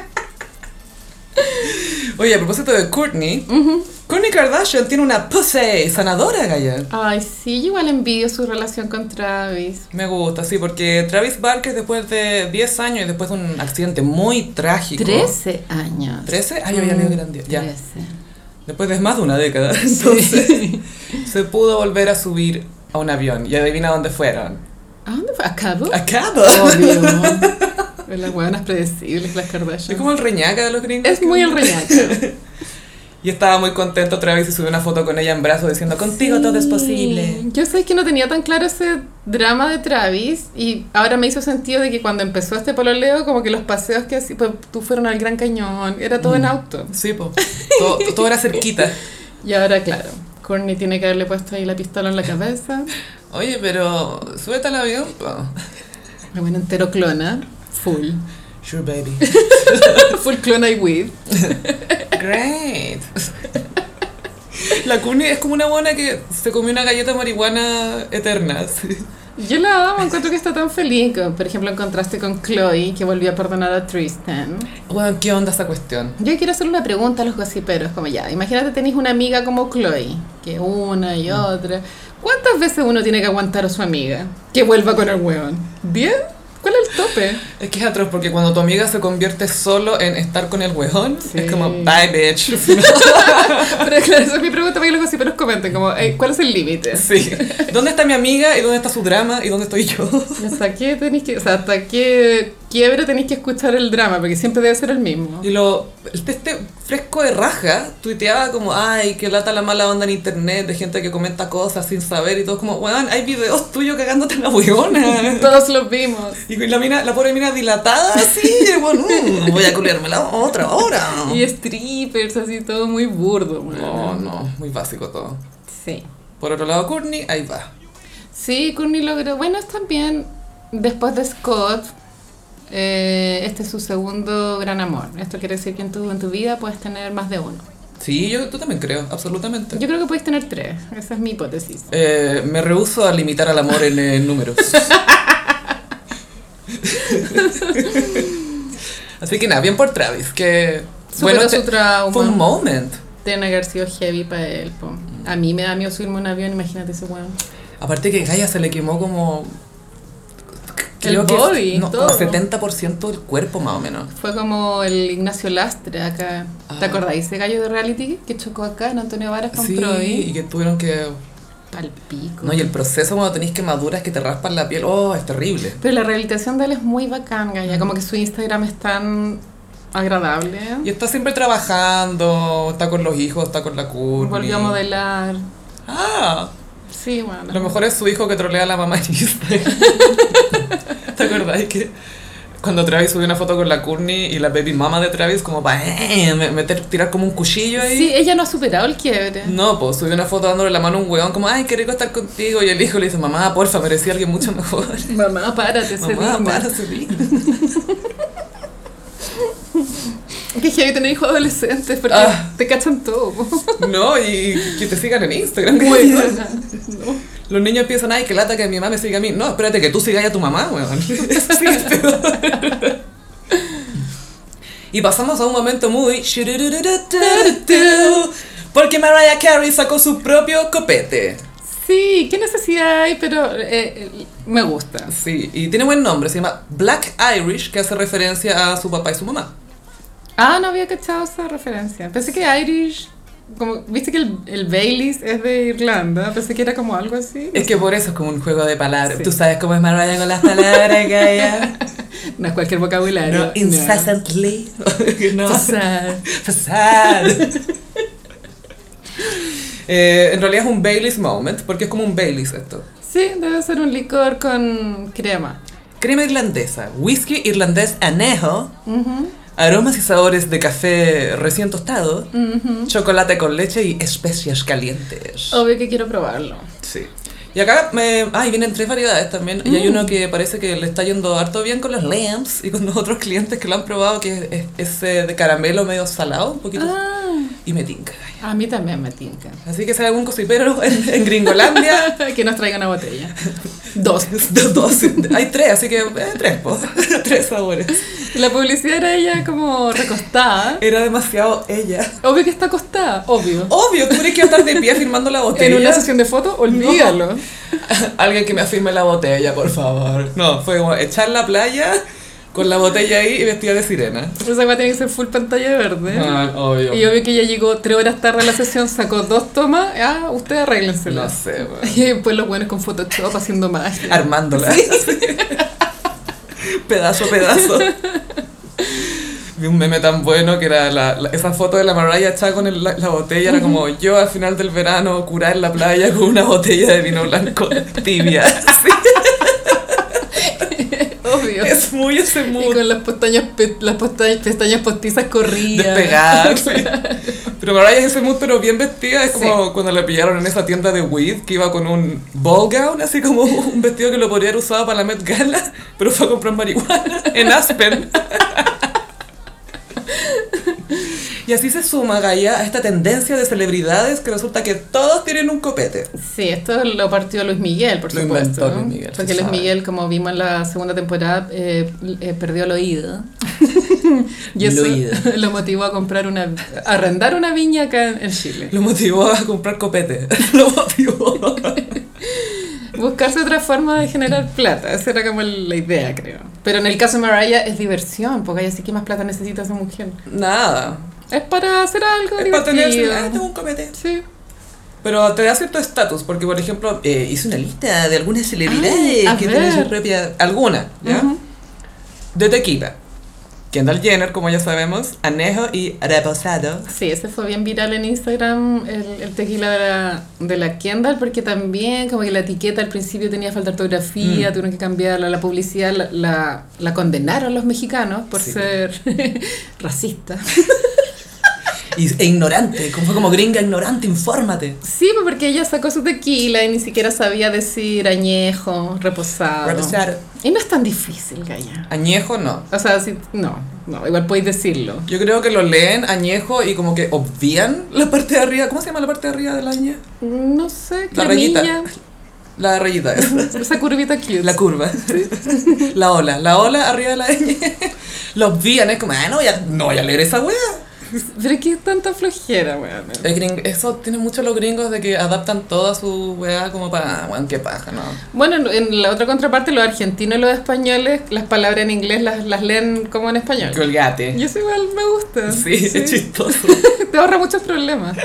A: Oye, a propósito de Courtney, Kourtney Kardashian tiene una pussy sanadora, Gaya.
B: Ay, sí, yo igual envidio su relación con Travis.
A: Me gusta, sí, porque Travis Barker después de 10 años y después de un accidente muy trágico.
B: 13 años.
A: 13? Ay, yo había leído que eran 10, ya.
B: 13.
A: Después de más de una década. <laughs> Entonces, se pudo volver a subir a un avión. Y adivina dónde fueron.
B: ¿A dónde fue? ¿A Cabo?
A: A Cabo.
B: Oh, <laughs> Obvio. Las hueonas predecibles, las
A: <laughs>
B: Kardashian.
A: Es como el reñaca de los gringos.
B: Es muy el reñaco.
A: Y estaba muy contento Travis y subió una foto con ella en brazos diciendo, contigo todo es
B: Sí.
A: posible.
B: Yo sé que no tenía tan claro ese drama de Travis y ahora me hizo sentido de que cuando empezó este pololeo, como que los paseos que así, pues tú fueron al Gran Cañón, era todo
A: Mm.
B: en auto.
A: Sí, po. Todo, todo era
B: <laughs>
A: cerquita.
B: Y ahora, claro, Courtney tiene que haberle puesto ahí la pistola en la cabeza.
A: Oye, pero súbete al avión, po.
B: La buena entero clona, full. <laughs>
A: Sure, baby.
B: Full clona y weed.
A: Great. La Courtney es como una buena que se comió una galleta de marihuana eterna. sí.
B: Yo la amo, encuentro que está tan feliz. como, Por ejemplo, en contraste con Chloe, que volvió a perdonar a Tristan.
A: Bueno, ¿qué onda esa cuestión?
B: Yo quiero hacer una pregunta a los gossiperos, como ya, imagínate tenéis una amiga como Chloe, que una y otra. ¿Cuántas veces uno tiene que aguantar a su amiga que vuelva con el hueón? ¿Bien? ¿Cuál es el <laughs> tope?
A: Es que es atroz porque cuando tu amiga se convierte solo en estar con el huejón,
B: Sí.
A: es como, bye, bitch. <laughs>
B: Pero claro, esa es mi pregunta para que los gossiperos comenten, como, eh, ¿cuál es el límite?
A: Sí. ¿Dónde está mi amiga y dónde está su drama y dónde estoy yo?
B: <laughs> ¿Hasta qué tenéis que, o sea, hasta qué, quiebre tenéis que escuchar el drama, porque siempre debe ser el mismo.
A: Y lo, este, este fresco de raja tuiteaba como, ay, que lata la mala onda en internet de gente que comenta cosas sin saber y todo. Como, weón, hay videos tuyos cagándote en la hueona.
B: <laughs> Todos los vimos.
A: Y con la mina, la pobre mina dilatada así, <laughs> y Ah, bueno, mm, voy a culiarme la otra hora.
B: Y strippers, así todo muy burdo.
A: No,
B: bueno.
A: no, muy básico todo.
B: Sí.
A: Por otro lado, Courtney, ahí va.
B: Sí, Courtney logró. Bueno, es también después de Scott. eh, este es su segundo gran amor. Esto quiere decir que en tu, en tu vida puedes tener más de uno.
A: Sí, yo, yo también creo, absolutamente.
B: Yo creo que puedes tener tres. Esa es mi hipótesis.
A: Eh, me rehuso a limitar al amor en eh, números. <laughs> Así que nada, bien por Travis, que
B: Superó
A: bueno,
B: su
A: te-
B: trauma.
A: fue un moment.
B: Tiene que haber sido heavy para él. po. A mí me da miedo subirme a un avión, imagínate ese weón.
A: Aparte que Gaia se le quemó como...
B: El body,
A: no,
B: todo.
A: como 70% del cuerpo más o menos.
B: Fue como el Ignacio Lastre acá. ¿Te
A: Ah.
B: acordáis ese gallo de reality que chocó acá en Antonio Varas con
A: Sí, y
B: Provi?
A: que tuvieron que...
B: Palpico.
A: No, y el proceso cuando tenéis quemaduras que te raspan la piel, oh, es terrible.
B: Pero la rehabilitación de él es muy bacán, Gaya. Como que su Instagram es tan agradable.
A: Y está siempre trabajando, está con los hijos, está con la curva.
B: Volvió a modelar.
A: Ah,
B: Sí, bueno.
A: Lo mejor es su hijo que trolea a la mamá en
B: <laughs>
A: Instagram. ¿Te acordáis que cuando Travis subió una foto con la Courtney y la baby mama de Travis como eh", para meter, tirar como un cuchillo ahí?
B: Sí, ella no ha superado el quiebre.
A: No, pues subió una foto dándole la mano a un weón como, ay, qué rico estar contigo. Y el hijo le dice, mamá, porfa, merecía alguien mucho mejor.
B: Mamá,
A: <laughs>
B: párate, se
A: mamá,
B: digna.
A: para subir.
B: Que heavy tener hijos adolescentes porque
A: Ah.
B: te cachan todo. po.
A: No, y que te sigan en Instagram. weón.
B: Bueno, no.
A: Los niños empiezan, ay, qué lata que mi mamá me siga a mí. No, espérate que tú sigas a tu mamá, weón. Sí, es peor. y pasamos a un momento muy... Porque Mariah Carey sacó su propio copete.
B: Sí, qué necesidad hay, pero eh, eh, me gusta.
A: Sí, y tiene buen nombre, se llama Black Irish, que hace referencia a su papá y su mamá.
B: Ah, no había cachado esa referencia. Pensé que Irish, como, viste que el, el Baileys es de Irlanda, pensé que era como algo así.
A: Es que por eso es como un juego de palabras.
B: Sí.
A: Tú sabes cómo es Mariah con las palabras, Gaia.
B: No es cualquier vocabulario.
A: No, incessantly. No.
B: Incessant.
A: <laughs> Sad. Eh, en realidad es un Baileys moment, porque es como un Baileys esto.
B: Sí, debe ser un licor con crema.
A: Crema irlandesa, whisky irlandés anejo,
B: Ujú.
A: aromas y sabores de café recién tostado, chocolate con leche y especias calientes.
B: Obvio que quiero probarlo.
A: Sí. Y acá me, ay, vienen tres variedades también. Y hay uno que parece que le está yendo harto bien con los lamps y con los otros clientes que lo han probado, que es, es- es, eh, de caramelo medio salado, un poquito.
B: Ah,
A: Y me tinca.
B: a mí también me tinca.
A: Así que si hay algún cosipero en, en Gringolandia,
B: <laughs> que nos traiga
A: <laughs>
B: una botella. Dos.
A: Dos, dos. Hay tres, así que eh, tres, po. <laughs> tres sabores.
B: La publicidad era ella como recostada.
A: Era demasiado ella.
B: Obvio que está acostada, obvio.
A: Obvio, tú crees que iba a estar de pie firmando la
B: En
A: botella.
B: una sesión de fotos, olvídalo.
A: Alguien que me afirme la botella, por favor. No, fue como echar la playa con la botella ahí y vestida de sirena.
B: Esa va tiene que ser full pantalla verde.
A: Ah, obvio.
B: Y obvio que ella llegó tres horas tarde a la sesión, sacó dos tomas. Ah, ustedes
A: No
B: arréglenselas.
A: sé, weón.
B: Y después los buenos con Photoshop haciendo magia.
A: <laughs> Armándola. pedazo, pedazo. Vi un meme tan bueno que era la- la- esa foto de la Mariah echada con el- la, la botella. Era como yo al final del verano curar en la playa con una botella de vino blanco tibia. <laughs> Sí,
B: Obvio.
A: es muy ese
B: Y
A: mood.
B: con las pestañas, pe- las pestañas, pestañas postizas corridas.
A: Despegar. sí. Pero Mariah es ese mood, pero bien vestida. Es como cuando la pillaron en esa tienda de weed que iba con un ball gown, así como un vestido que lo podría haber usado para la Met Gala, pero fue a comprar marihuana <laughs> en Aspen. Y así se suma Gaia a esta tendencia de celebridades que resulta que todos tienen un copete.
B: Sí, esto lo partió Luis Miguel, por
A: Lo
B: supuesto.
A: inventó Luis Miguel, se
B: Porque Luis
A: sabe.
B: Miguel, como vimos en la segunda temporada, eh, eh, perdió el oído.
A: <laughs>
B: y eso
A: El oído.
B: <laughs> lo motivó a comprar una, a arrendar una viña acá en, en Chile.
A: Lo motivó a comprar copete. <laughs> Lo motivó.
B: Buscarse otra forma de generar plata, esa era como el- la idea, creo. Pero en el caso de Mariah es diversión, porque ella sí que más plata necesita esa mujer.
A: Nada.
B: Es para hacer algo
A: Es
B: divertido.
A: para tener... Ah, tengo un copete.
B: Sí.
A: Pero te da cierto estatus, porque por ejemplo, eh, hice una lista de algunas celebridades
B: a
A: que tienen
B: ver.
A: su propia. Alguna, ¿ya?
B: Ujú.
A: de Tequila. Kendall Jenner, como ya sabemos, anejo y reposado.
B: Sí, ese fue bien viral en Instagram, el, el tequila de la, de la Kendall, porque también como que la etiqueta al principio tenía falta de ortografía,
A: Mm.
B: tuvieron que cambiarla, la publicidad la, la, la condenaron los mexicanos por
A: Sí.
B: ser <laughs> racista.
A: Y, e ignorante, como fue como gringa ignorante, infórmate.
B: Sí, pues porque ella sacó su tequila y ni siquiera sabía decir añejo, reposado.
A: Reposado.
B: Y no es tan difícil, Gaya.
A: Añejo no.
B: O sea, sí, no, no, igual podéis decirlo.
A: Yo creo que lo leen añejo y como que obvian la parte de arriba. ¿Cómo se llama la parte de arriba del año?
B: No sé,
A: La rayita.
B: cremilla,
A: La rayita
B: <laughs>
A: esa.
B: esa curvita cute.
A: La curva. La ola. La ola arriba de la ñ. <laughs> Lo obvian, es como, ah, no voy a, no voy a leer esa wea.
B: Pero es que es tanta flojera, weón.
A: El gring- eso tiene mucho los gringos de que adaptan toda su wea como para, bueno, qué paja, ¿no?
B: Bueno, en- en la otra contraparte, los argentinos y los españoles, las palabras en inglés las, las leen como en español.
A: Colgate.
B: Y eso igual me
A: <laughs>
B: gusta.
A: Sí, es chistoso.
B: Te ahorra muchos problemas.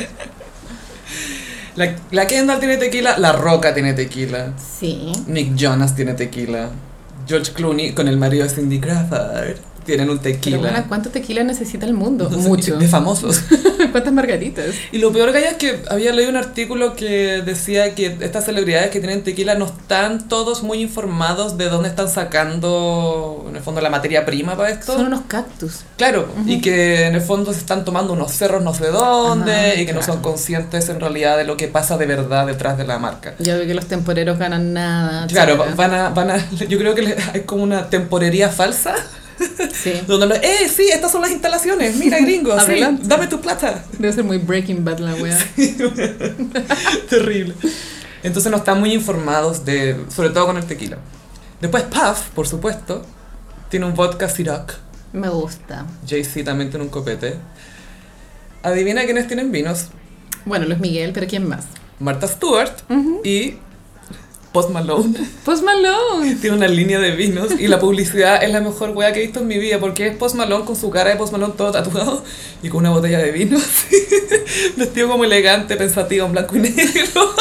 A: La, la Kendall tiene tequila, La Roca tiene tequila,
B: Sí.
A: Nick Jonas tiene tequila, George Clooney con el marido de Cindy Crawford tienen un
B: Pero bueno,
A: tequila.
B: ¿cuánto tequila necesita el mundo?
A: No sé, <laughs>
B: Mucho.
A: De famosos.
B: ¿Cuántas margaritas?
A: Y lo peor que hay es que había leído un artículo que decía que estas celebridades que tienen tequila no están todos muy informados de dónde están sacando, en el fondo, la materia prima para esto.
B: Son unos cactus.
A: Claro, y que en el fondo se están tomando unos cerros no sé dónde
B: Ah,
A: y que no son
B: claro.
A: conscientes en realidad de lo que pasa de verdad detrás de la marca.
B: Ya veo que los temporeros ganan nada.
A: Claro, va-
B: etcétera.
A: van a, van a, <laughs> yo creo que le- hay como una temporería falsa
B: Sí.
A: donde lo, eh, sí, estas son las instalaciones, mira gringo, sí,
B: Adelante.
A: dame tu plata. <laughs>
B: Debe ser muy Breaking Bad la weá.
A: Terrible. Entonces no están muy informados de, sobre todo con el tequila. Después Puff, por supuesto, tiene un vodka Ciroc.
B: Me gusta.
A: Jay-Z también tiene un copete. Adivina quiénes tienen vinos.
B: Bueno, Luis Miguel, pero ¿quién más?
A: Martha Stewart y Post Malone. <laughs>
B: Post Malone.
A: Tiene una línea de vinos y la publicidad es la mejor wea que he visto en mi vida porque es Post Malone con su cara de Post Malone todo tatuado y con una botella de vino <laughs> así. Vestido como elegante, pensativo, en blanco y negro.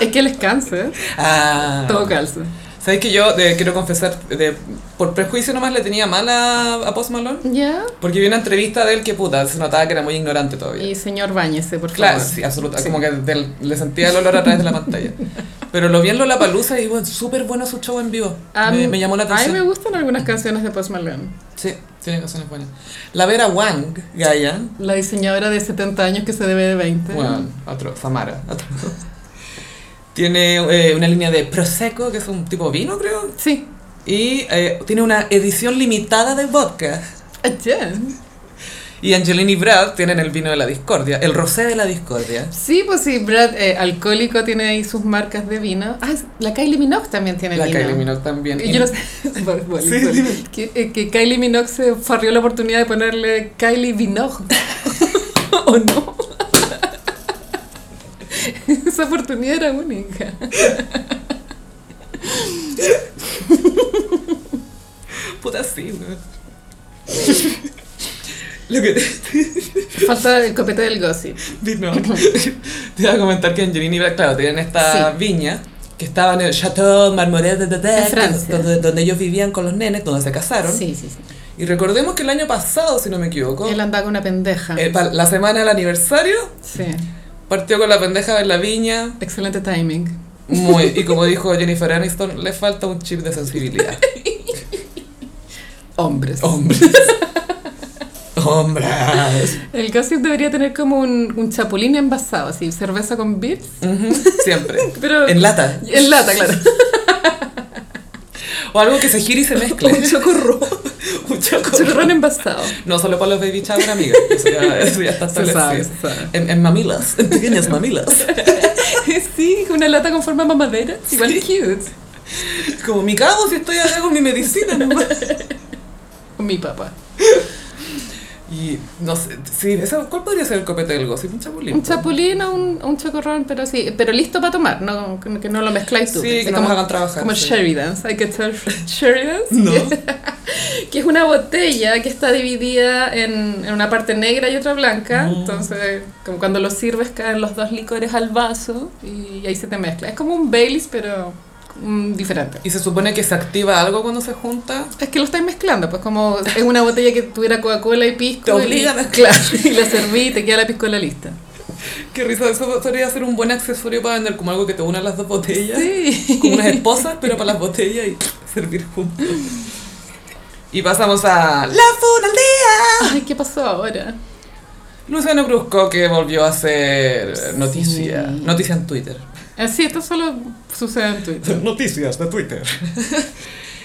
B: Es que él es cáncer.
A: Ah.
B: Todo calza.
A: ¿Sabes que yo eh, quiero confesar, de, por prejuicio nomás le tenía mal a, a Post Malone?
B: ¿Ya?
A: Porque vi una entrevista de él que puta, se notaba que era muy ignorante todavía.
B: Y señor Báñese, por favor.
A: Claro, sí, absoluta. Como que del- le sentía el olor a través de la pantalla. Pero lo vi en Lollapalooza y bueno, súper bueno su show en vivo.
B: A
A: me,
B: mí-
A: me llamó la
B: A mí
A: atención.
B: Ah, me gustan algunas canciones de Post Malone.
A: Sí, tiene canciones buenas. La Vera Wang, Gaia.
B: La diseñadora de 70 años que se debe de 20.
A: Bueno, otro, Samara. otro. Tiene eh, una línea de Prosecco, que es un tipo vino, creo.
B: Sí.
A: Y eh, tiene una edición limitada de vodka.
B: Ayer.
A: Y Angelina y Brad tienen el vino de la discordia, el rosé de la discordia.
B: Sí, pues sí, Brad, eh, alcohólico, tiene ahí sus marcas de vino. Ah, la Kylie Minogue también tiene
A: La
B: vino.
A: Kylie Minogue también.
B: Y Yo no sé, <laughs> bueno, bueno,
A: Sí,
B: bueno,
A: dime.
B: que, eh, que Kylie Minogue se farrió la oportunidad de ponerle Kylie Minogue. <laughs> ¿O no? <laughs> Esa oportunidad era única.
A: Puta, sí,
B: <laughs>
A: weón. Lo <laughs> que
B: Falta el copete del gossip.
A: Vino. Te iba a comentar que Angelina y Brad, claro, tienen esta
B: Sí.
A: viña que estaba en el Chateau Marmoret de
B: En
A: Dedec,
B: Francia.
A: donde, donde ellos vivían con los nenes, donde se casaron.
B: Sí, sí, sí.
A: Y recordemos que el año pasado, si no me equivoco,
B: Él andaba con una pendeja.
A: eh, pa- la semana del aniversario
B: Sí.
A: partió con la pendeja en la viña.
B: Excelente timing.
A: Muy, y como dijo Jennifer Aniston, le falta un chip de
B: <laughs>
A: sensibilidad.
B: Hombres. <laughs>
A: Hombres. Hombres.
B: El gossip debería tener como un, un chapulín envasado, así, cerveza con bits.
A: Ujú, siempre.
B: Pero
A: En lata.
B: en lata,
A: <laughs>
B: claro.
A: O algo que se gire y se
B: <laughs>
A: mezcle.
B: Un chocorrón.
A: Un chocorrón.
B: Chocorrón envasado.
A: No solo para los baby shower, amiga. Eso ya, eso ya está
B: Se sabe,
A: establecido.
B: se sabe. <laughs>
A: En, en mamilas, en pequeñas mamilas.
B: Sí, una lata con forma mamadera. Igual cute.
A: Como mi cabo si estoy acá con mi medicina nomás.
B: Con mi papá.
A: Y no sé, sí, eso- ¿cuál podría ser el copete del gossip? Un chapulín. pues.
B: Un chapulín o un, un chocorrón, pero sí, pero listo para tomar, no, que que no lo mezcláis tú.
A: Sí, que no nos hagan trabajar,
B: Como
A: sí.
B: Sherry Dance, hay
A: <laughs>
B: que echar Sherry Dance.
A: No.
B: que es una botella que está dividida en, en una parte negra y otra blanca,
A: Mm.
B: entonces como cuando lo sirves caen los dos licores al vaso y ahí se te mezcla. Es como un Baileys, pero mm, diferente.
A: Y se supone que se activa algo cuando se junta.
B: Es que lo estáis mezclando, pues como es una botella que tuviera Coca-Cola y pisco.
A: Te obliga
B: y-
A: a mezclar.
B: Claro, <laughs> y la serví y te queda la pisco en la lista.
A: Qué risa, eso podría ser un buen accesorio para vender como algo que te una las dos botellas.
B: Sí. <laughs>
A: Como unas esposas, pero para las botellas y servir juntos. Y pasamos a La Funaldea.
B: Ay, ¿qué pasó ahora?
A: Luciano Brusco que volvió a hacer noticia.
B: Sí.
A: Noticia en Twitter.
B: Eh, sí, esto solo sucede en Twitter.
A: <laughs> Noticias de <laughs> Twitter.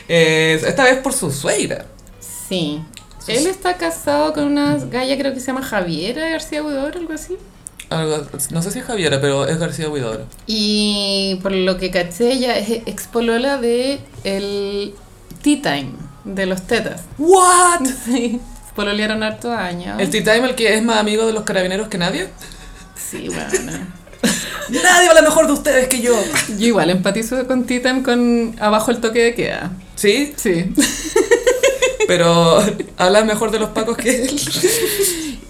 A: Eh, esta vez por su suegra.
B: Sí. Él está casado con una galla, creo que se llama Javiera García Udor, algo así.
A: Algo- no sé si es Javiera, pero es García Huidobro.
B: Y por lo que caché, ella es expolola de el Tea Time, de los tetas. <laughs>
A: ¿What?
B: Sí, pololearon harto años.
A: El Tea Time, el que es más amigo de los carabineros que nadie.
B: Sí, bueno.
A: Nadie va la mejor de ustedes que yo.
B: <laughs> Yo igual empatizo con Tea Time con abajo el toque de queda.
A: Sí,
B: Sí.
A: pero <laughs> hablas mejor de los pacos <laughs> que él.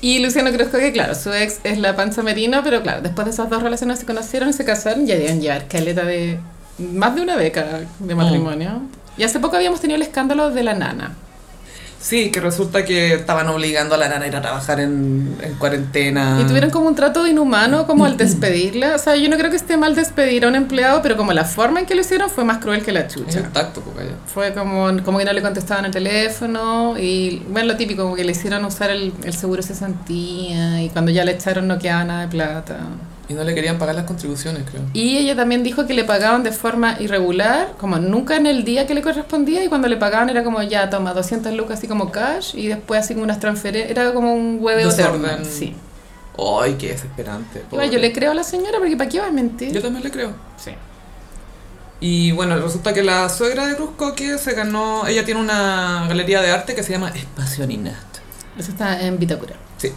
B: Y Luciano Cruzco, que claro, su ex es la panza merino, pero claro, después de esas dos relaciones se conocieron, se casaron y ya deben llevar caleta de más de una beca de matrimonio. Y hace poco habíamos tenido el escándalo de la nana.
A: Sí, que resulta que estaban obligando a la nana a ir a trabajar en, en cuarentena.
B: Y tuvieron como un trato inhumano como al despedirla. O sea, yo no creo que esté mal despedir a un empleado, pero como la forma en que lo hicieron fue más cruel que la
A: Es
B: chucha.
A: el tacto, cocaya.
B: Fue como, como que no le contestaban el teléfono y, bueno, lo típico, como que le hicieron usar el, el seguro de cesantía y cuando ya le echaron no quedaba nada de plata.
A: Y no le querían pagar las contribuciones, creo.
B: Y ella también dijo que le pagaban de forma irregular, como nunca en el día que le correspondía, y cuando le pagaban era como, ya, toma, 200 lucas así como cash, y después así como unas transferencias, era como un hueveo
A: Desorden.
B: eterno, Sí.
A: Ay, qué desesperante.
B: Igual
A: pobre.
B: yo le creo a la señora, porque ¿para qué vas a mentir?
A: Yo también le creo.
B: Sí.
A: Y bueno, resulta que la suegra de Brusco que se ganó, ella tiene una galería de arte que se llama Espacio Ninat.
B: Eso está en Vitacura.
A: Sí.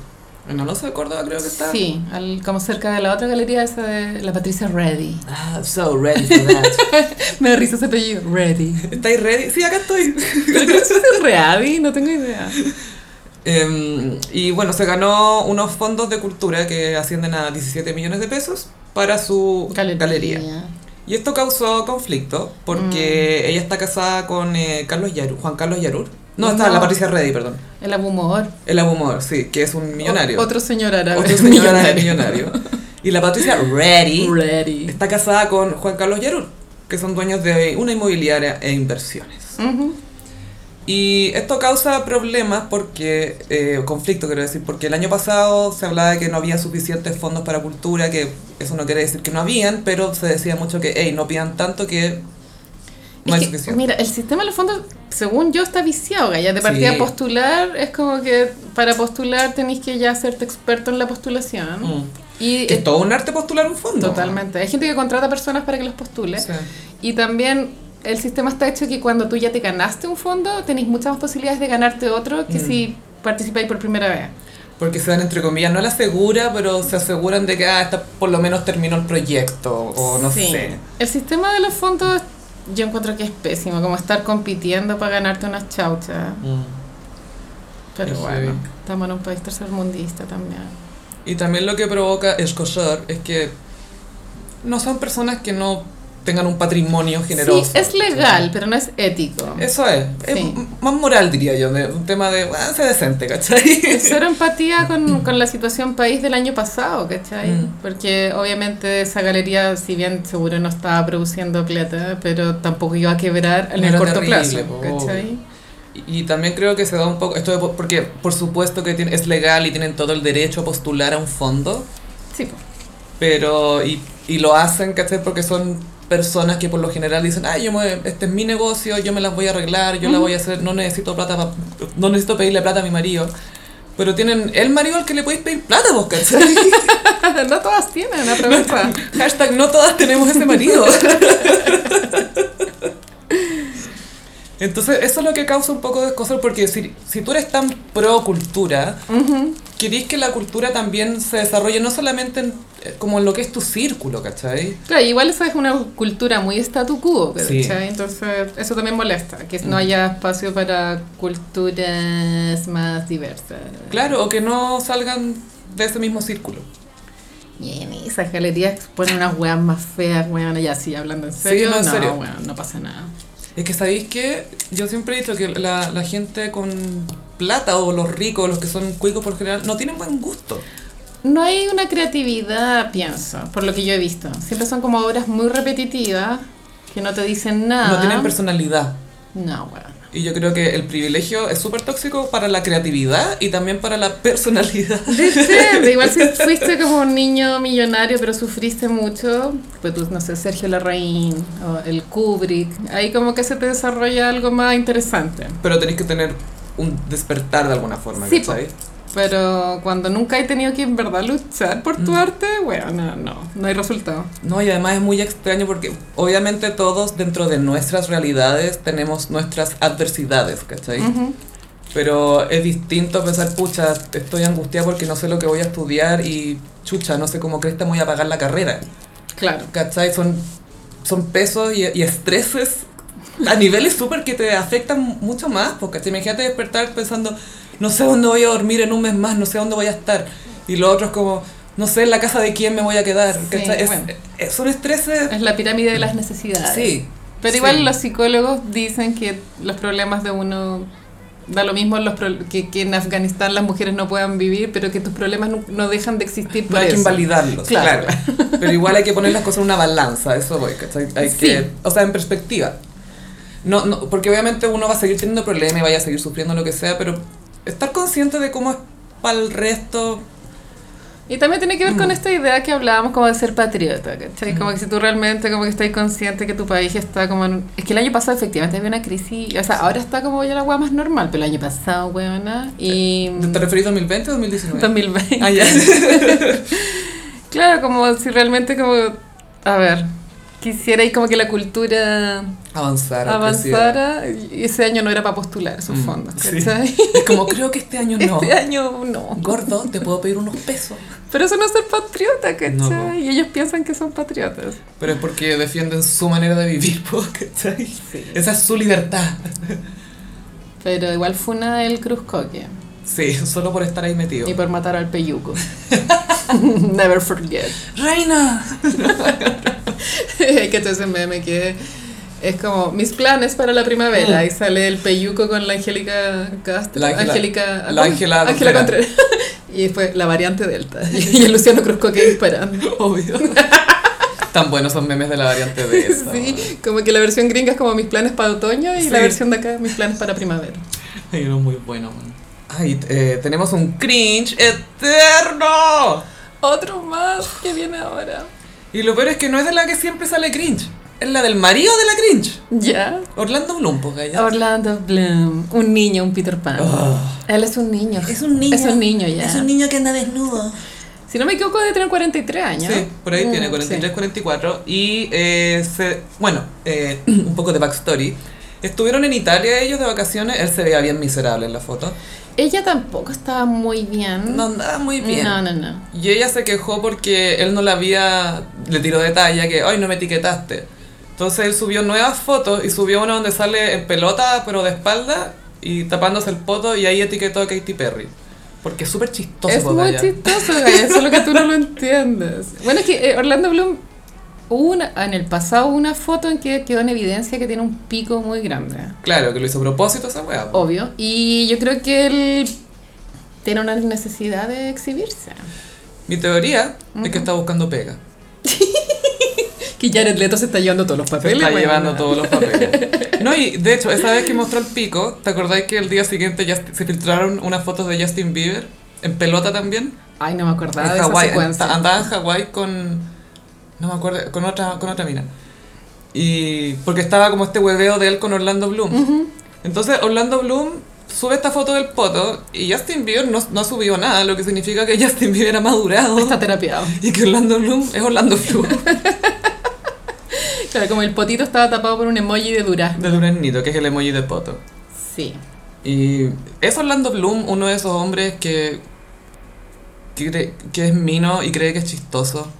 A: En Alonso de Córdoba creo que está.
B: Sí, al- como cerca de la otra galería, esa de la Patricia
A: <laughs>
B: Ready.
A: Ah, so ready for
B: <laughs>
A: that.
B: Me da risa ese apellido.
A: <laughs>
B: Ready.
A: ¿Estáis ready? Sí, acá estoy.
B: ¿Pero creo que es Ready? No tengo idea.
A: Em, y bueno, se ganó unos fondos de cultura que ascienden a 17 millones de pesos para su galería. Y esto causó conflicto porque ella está casada con eh, Carlos Yarur, Juan Carlos Yarur. No, está
B: No.
A: la Patricia Reddy, perdón.
B: El abumor.
A: El abumor, sí, que es un millonario.
B: O- otro señor árabe.
A: Otro señor árabe
B: <laughs>
A: millonario. Y la Patricia Reddy
B: Ready.
A: está casada con Juan Carlos Yarur, que son dueños de una inmobiliaria e inversiones.
B: Ujú.
A: Y esto causa problemas porque, eh, conflicto quiero decir, porque el año pasado se hablaba de que no había suficientes fondos para cultura, que eso no quiere decir que no habían, pero se decía mucho que, hey, no pidan tanto que no
B: Es
A: hay
B: que,
A: suficiente.
B: Mira, el sistema de los fondos, según yo, está viciado, ya De partida
A: Sí.
B: postular, es como que para postular tenéis que ya hacerte experto en la postulación.
A: Mm.
B: Y
A: Que es todo un arte postular un fondo.
B: eh, Totalmente. Hay gente que contrata personas para que los postule.
A: Sí.
B: Y también el sistema está hecho que cuando tú ya te ganaste un fondo, tenéis muchas más posibilidades de ganarte otro que
A: Mm.
B: si participáis por primera vez.
A: Porque se dan, entre comillas, no la asegura, pero se aseguran de que ah, esta por lo menos terminó el proyecto, o no
B: Sí.
A: sé.
B: El sistema de los fondos yo encuentro que es pésimo, como estar compitiendo para ganarte unas chauchas.
A: Mm.
B: Pero
A: Sí.
B: bueno, estamos en un país tercermundista también.
A: Y también lo que provoca escocer es que no son personas que no tengan un patrimonio generoso.
B: Sí, es legal, pero no es ético. Es,
A: Eso es. Es
B: Sí.
A: m- más moral, diría yo. de- un tema de, ah, sé decente, ¿cachai?
B: <laughs> cero empatía con, con la situación país del año pasado, ¿cachai?
A: Mm.
B: Porque obviamente esa galería, si bien seguro no estaba produciendo plata, pero tampoco iba a quebrar en el
A: Era
B: corto
A: terrible,
B: plazo,
A: po,
B: ¿cachai?
A: <laughs> Y, y también creo que se da un poco, esto de po- porque por supuesto que tiene- es legal y tienen todo el derecho a postular a un fondo,
B: Sí, po. <laughs>
A: pero, y, y lo hacen, ¿cachai? Porque son personas que por lo general dicen, ay, yo me- este es mi negocio, yo me las voy a arreglar, yo la voy a hacer, no necesito plata, pa- no necesito pedirle plata a mi marido. Pero tienen el marido al que le podéis pedir plata vos, ¿cachai?
B: no todas tienen, aprovecha.
A: Hashtag no todas tenemos ese marido. Entonces, eso es lo que causa un poco de escosor, porque si, si tú eres tan pro cultura,
B: Ujú.
A: querís que la cultura también se desarrolle, no solamente en- eh, como en lo que es tu círculo, ¿cachai?
B: Claro, igual esa es una cultura muy statu quo, ¿cachai?
A: Sí. Mm.
B: Entonces, eso también molesta, que no haya espacio para culturas más diversas.
A: Claro, o que no salgan de ese mismo círculo.
B: Y en esas galerías ponen unas weas más feas, weón, y así hablando en
A: Sí,
B: serio.
A: no, en
B: no,
A: serio.
B: weón, no pasa nada.
A: Es que sabéis que yo siempre he dicho que la, la gente con plata o los ricos, los que son cuicos por general, no tienen buen gusto.
B: No hay una creatividad, pienso, por lo que yo he visto. Siempre son como obras muy repetitivas que no te dicen nada.
A: No tienen personalidad.
B: No, weón.
A: Y yo creo que el privilegio es súper tóxico para la creatividad y también para la personalidad.
B: Depende, igual si fuiste como un niño millonario pero sufriste mucho, pues tú, no sé, Sergio Larraín o el Kubrick, ahí como que se te desarrolla algo más interesante.
A: Pero tenéis que tener un despertar de alguna forma,
B: Sí,
A: ¿cachai?
B: Pero cuando nunca he tenido que en verdad luchar por
A: Mm.
B: tu arte, bueno, no, no, no hay resultado.
A: No, y además es muy extraño porque obviamente todos dentro de nuestras realidades tenemos nuestras adversidades, ¿cachai?
B: Ujú.
A: Pero es distinto pensar, pucha, estoy angustiada porque no sé lo que voy a estudiar y chucha, no sé cómo cresta me voy a pagar la carrera.
B: Claro.
A: ¿Cachai? Son, son pesos y, y estreses a niveles súper que te afectan mucho más. Porque te imagínate despertar pensando, no sé dónde voy a dormir en un mes más, no sé dónde voy a estar. Y lo otro es como, no sé en la casa de quién me voy a quedar.
B: Sí,
A: ¿cachai? Es-
B: bueno.
A: es- son estreses.
B: Es la pirámide de las necesidades.
A: Sí.
B: Pero
A: sí.
B: igual los psicólogos dicen que los problemas de uno da lo mismo los pro- que, que en Afganistán las mujeres no puedan vivir, pero que tus problemas nu- no, dejan de existir
A: No
B: por
A: hay que
B: eso.
A: invalidarlos, claro.
B: Claro.
A: Pero igual hay que poner las cosas en una balanza, eso voy, ¿cachai? Hay
B: Sí.
A: que, o sea, en perspectiva. No, no, porque obviamente uno va a seguir teniendo problemas y vaya a seguir sufriendo lo que sea, pero estar consciente de cómo es para el resto.
B: Y también tiene que ver
A: Mm.
B: con esta idea que hablábamos como de ser patriota, ¿cachai? Como que si tú realmente como que estás consciente que tu país está como en... un- Es que el año pasado efectivamente había una crisis, o sea, ahora está como ya la hueá más normal, pero el año pasado, hueona, y...
A: Eh,
B: mm,
A: ¿Te referís a 2020 o 2019?
B: 2020. <laughs>
A: Ah, ya.
B: Claro, como si realmente como... A ver, quisiera y como que la cultura
A: Avanzar. apreciar.
B: avanzara, y ese año no era para postular esos
A: Mm,
B: fondos,
A: sí.
B: ¿cachai?
A: Es como, creo que este año <laughs> no.
B: Este año no.
A: Gordo, te puedo pedir unos pesos.
B: Pero eso no es ser patriota, ¿cachai?
A: No, po.
B: y ellos piensan que son patriotas.
A: Pero es porque defienden su manera de vivir, <laughs> po, ¿cachai? Esa es su libertad.
B: Pero igual fue una del Cruzcoque.
A: Sí, solo por estar ahí metido.
B: Y por matar al
A: <laughs>
B: peyuco. Never <laughs> forget.
A: ¡Reina!
B: que todo ese meme que es como mis planes para la primavera.
A: Mm.
B: Y sale el peyuco con la Angélica Castro.
A: La Ángela-
B: Angélica.
A: la Ángela
B: Ángela
A: Contreras.
B: Contreras. <laughs> y fue la variante
A: <laughs>
B: Delta. y el Luciano Cruzcoque disparando. <laughs>
A: Obvio. Tan buenos son memes de la variante de esa.
B: Sí, como que la versión gringa es como mis planes para otoño y la
A: Sí.
B: versión de acá mis planes para primavera.
A: Hay uno muy bueno, man. Ay, eh, tenemos un cringe eterno.
B: Otro más que viene ahora.
A: Y lo peor es que no es de la que siempre sale cringe. Es la del marido de la cringe.
B: Ya.
A: Orlando Bloom, pues, po, galla.
B: Orlando Bloom. Un niño, un Peter Pan.
A: Ah.
B: Él es un niño.
C: Es un niño.
B: Es un niño ya.
C: Es un niño que anda desnudo.
B: Si no me equivoco, debe tener 43 años.
A: Sí, por ahí
B: Mm,
A: tiene 43,
B: sí.
A: 44. Y eh, se- bueno, eh, un poco de backstory. Estuvieron en Italia ellos de vacaciones. Él se veía bien miserable en la foto.
B: Ella tampoco estaba muy bien.
A: No andaba muy bien.
B: No, no, no.
A: Y ella se quejó porque él no la había, le tiró de talla que, ay, no me etiquetaste. Entonces él subió nuevas fotos y subió una donde sale en pelota, pero de espalda y tapándose el poto y ahí etiquetó a Katy Perry. Porque es súper chistoso.
B: es
A: pues,
B: muy
A: Daya.
B: chistoso, Gaya, solo que tú no lo entiendes. Bueno, es que eh, Orlando Bloom hubo una, en el pasado hubo una foto en que quedó en evidencia que tiene un pico muy grande.
A: Claro, que lo hizo a propósito esa wea. pues.
B: Obvio. Y yo creo que él tiene una necesidad de exhibirse.
A: Mi teoría es que está buscando pega.
B: Que Jared Leto se está llevando todos los
A: Se
B: papeles.
A: está
B: bueno.
A: llevando todos los papeles. No, y de hecho, esa vez que mostró el pico, ¿te acordáis que el día siguiente ya se filtraron unas fotos de Justin Bieber? En pelota también.
B: Ay, no me acordaba de
A: en
B: esa
A: Hawái,
B: secuencia.
A: anda- andaba en Hawái con no me acuerdo, con otra con otra mina. Y porque estaba como este hueveo de él con Orlando Bloom. Entonces Orlando Bloom sube esta foto del poto y Justin Bieber no, no subió nada, lo que significa que <laughs> Justin Bieber ha madurado
B: Está terapiado.
A: y que Orlando Bloom es Orlando Bloom
B: Claro, como el potito estaba tapado por un emoji de
A: <laughs>
B: durazno.
A: de Duraznito, que es el emoji de poto.
B: Sí.
A: Y es Orlando Bloom uno de esos hombres que que, cree- que es mino y cree que es chistoso.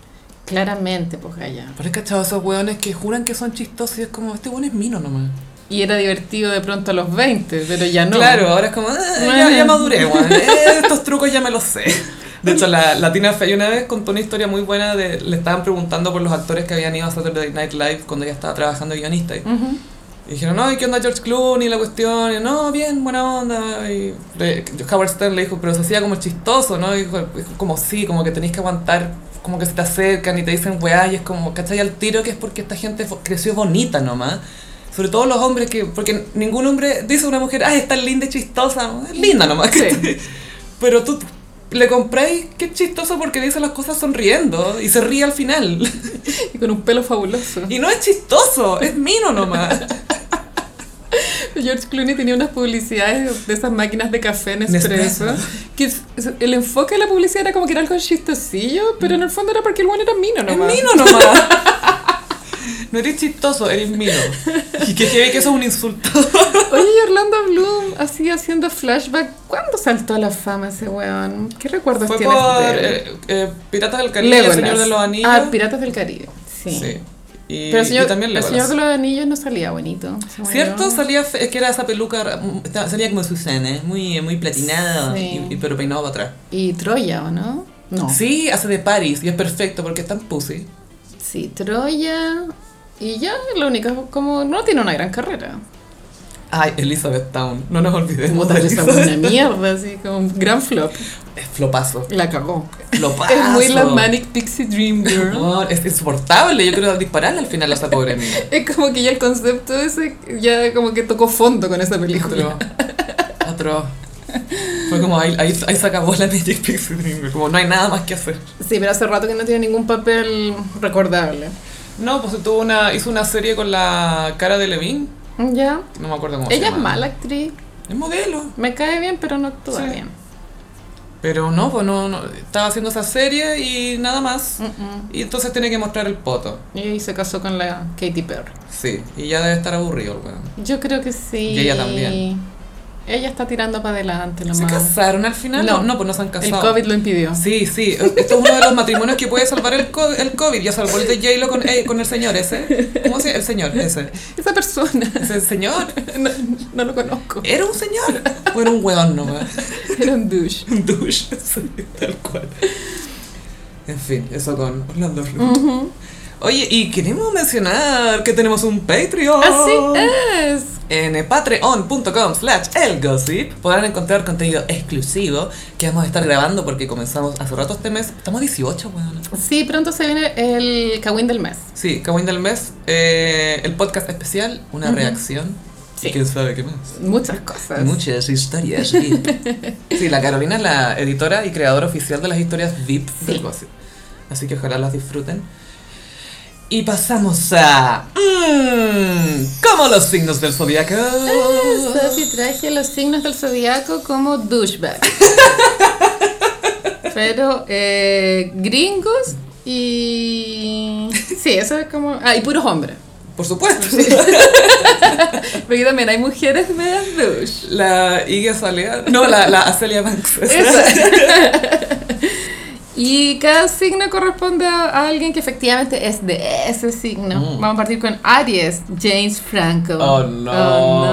B: Claramente, pues allá.
A: Pero es cachado esos hueones que juran que son chistosos y es como, este hueón es mino nomás.
B: Y era divertido de pronto a los 20, pero ya
A: <laughs>
B: no.
A: Claro, ahora es como, "Ah, ya, ya maduré, weón. Eh, Estos trucos ya me los sé. De hecho, la, la Tina Fey una vez contó una historia muy buena de... Le estaban preguntando por los actores que habían ido a Saturday Night Live cuando ella estaba trabajando de guionista. Y,
B: Ujú.
A: y dijeron, no, ¿y qué onda George Clooney? La cuestión, y, no, bien, buena onda. Y le- Howard Stern le dijo, pero se hacía como chistoso, ¿no? Y dijo, dijo, como sí, como que tenéis que aguantar, como que se te acercan y te dicen weá, y es como, ¿cachai? Al tiro que es porque esta gente fo- creció bonita nomás. Sobre todo los hombres que, porque ningún hombre dice a una mujer, ay, es tan linda y chistosa, es linda nomás.
B: Sí.
A: ¿cachai? Pero tú le compráis, qué chistoso porque dice las cosas sonriendo y se ríe al final. <laughs>
B: Y con un pelo fabuloso.
A: Y no es chistoso, es mino nomás.
B: George Clooney tenía unas publicidades de esas máquinas de café en
A: Nespresso.
B: expreso. Que es- es- el enfoque de la publicidad era como que era algo chistosillo, pero en el fondo era porque el one era mino
A: Es
B: nomás.
A: mino nomás. <laughs> No eres chistoso, eres mino. Y que heavy que eso es un insulto.
B: Oye, y Orlando Bloom, así haciendo flashback, ¿cuándo saltó a la fama ese weón? ¿Qué recuerdos
A: Fue por
B: tienes de él?
A: eh, eh, Piratas del Caribe, El
B: Legolas.
A: Señor de los Anillos.
B: Ah, Piratas del Caribe, sí.
A: Sí. Y,
B: Pero el señor,
A: y también
B: el
A: Legolas.
B: señor de los Anillos no salía bonito. ese weón.
A: ¿Cierto? Salía, fe- es que era esa peluca, mm, estaba- salía como Susana, ¿eh? muy, muy platinada,
B: Sí.
A: y- y- pero peinado para atrás.
B: Y Troya, ¿o no? No.
A: Sí, hace de Paris y es perfecto porque es tan pussy.
B: Sí, Troya. Y ya, lo único, como no tiene una gran carrera.
A: Ay, Elizabeth Town, no nos
B: <laughs>
A: olvidemos.
B: Como
A: de
B: tal esa
A: Elizabeth.
B: una mierda, así como un gran flop.
A: Es flopazo.
B: La cagó.
A: Flopazo.
B: <laughs> Es muy la Manic Pixie Dream Girl.
A: No, es insoportable, yo creo dispararle al final a esa pobre mina.
B: Es como que ya el concepto ese ya como que tocó fondo con esa película.
A: Otro. Otro. Fue como ahí, ahí, ahí se acabó la Magic Pixie Dream. Como no hay nada más que hacer.
B: Sí, pero hace rato que no tiene ningún papel recordable.
A: No, pues tuvo una, hizo una serie con la cara de Levine.
B: Ya.
A: No me acuerdo cómo se
B: Ella es
A: llama.
B: mala actriz.
A: Es modelo.
B: Me cae bien, pero no actúa
A: Sí.
B: bien.
A: Pero no, pues no, no- Estaba haciendo esa serie y nada
B: Mm.
A: más.
B: Mm-mm.
A: Y entonces tiene que mostrar el poto.
B: Y se casó con la Katy Perry.
A: Sí. Y ya debe estar aburrido el weón.
B: Yo creo que sí.
A: Y ella también.
B: Ella está tirando para adelante, la
A: ¿Se
B: más.
A: casaron al final?
B: No.
A: No, no, pues no se han
B: El
A: casado.
B: COVID lo impidió.
A: Sí, sí, esto es uno de los matrimonios que puede salvar el, co- el COVID. Ya salvó el de J-Lo con, eh, con el señor ese. ¿Cómo se El señor ese.
B: Esa persona, <laughs>
A: Ese señor.
B: no, no lo conozco.
A: ¿Era un señor? ¿O era un weón nomás?
B: Era un douche.
A: <laughs> Un douche, sí, tal cual. En fin, eso con Orlando Bloom.
B: Mm.
A: Oye, y queremos mencionar que tenemos un Patreon.
B: Ah, eh. es.
A: En eh, patreon.com slash elgossip podrán encontrar contenido exclusivo que vamos a estar grabando porque comenzamos hace rato este mes. Estamos 18, weón.
B: Sí, pronto se viene el Cawin del mes.
A: Sí, Kawin del mes, eh, el podcast especial, una reacción.
B: Sí.
A: Y quién sabe qué más.
B: Muchas cosas.
A: Muchas historias
B: <laughs>
A: VIP. Sí, la Carolina es la editora y creadora oficial de las historias VIP del
B: Sí.
A: Gossip. Así que ojalá las disfruten. Y pasamos a. Mmm, ¿Cómo los signos del zodiaco?
B: <laughs> Sophie traje los signos del zodiaco como <laughs> douchebag. Pero eh, gringos y. Sí, eso es como. Ah, y puros hombres.
A: Por supuesto.
B: Porque también hay mujeres medias douche.
A: La Iggy Azalea. No, la, la Azalea
B: <laughs>
A: Banks.
B: Eso. <laughs> y cada signo corresponde a a alguien que efectivamente es de ese signo.
A: Mm.
B: Vamos a partir con Aries, James Franco.
A: Oh, no.
B: Oh,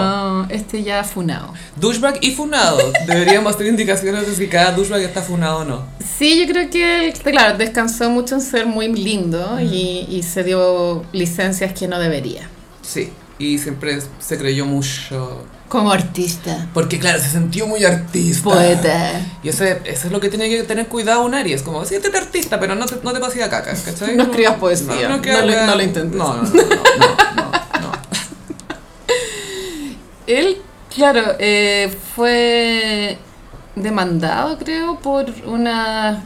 B: no. Este ya funado.
A: <laughs> Douchebag y funado. Deberíamos tener indicaciones de si cada douchebag está funado o no.
B: Sí, yo creo que él, claro, descansó mucho en ser muy lindo
A: Mm.
B: y, y se dio licencias que no debería.
A: Sí. Y siempre se creyó mucho.
B: Como artista,
A: Porque, claro, se sintió muy artista. <laughs>
B: poeta.
A: Y ese, eso es lo que tiene que tener cuidado un Aries, como siéntete artista, pero no te, no te pases a caca, ¿cachai?
B: No escribas poesía, no le-
A: lo
B: no lo intentes.
A: No, no, no, no, no, no.
B: Él, claro, eh, fue demandado, creo, por unas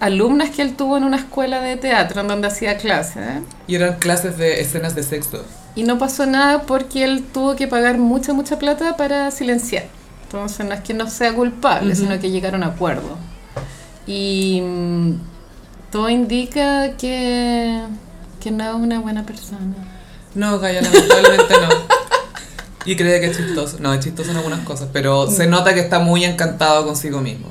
B: alumnas que él tuvo en una escuela de teatro en donde hacía clases. ¿eh?
A: Y eran clases de escenas de sexo.
B: Y no pasó nada porque él tuvo que pagar mucha, mucha plata para silenciar. Entonces no es que no sea culpable,
A: Ujú.
B: sino que llegaron a acuerdo. Y mm, todo indica que, que no es una buena persona.
A: No, Gaya, lamentablemente no. Y cree que es chistoso. No, es chistoso en algunas cosas, pero
B: Mm.
A: se nota que está muy encantado consigo mismo.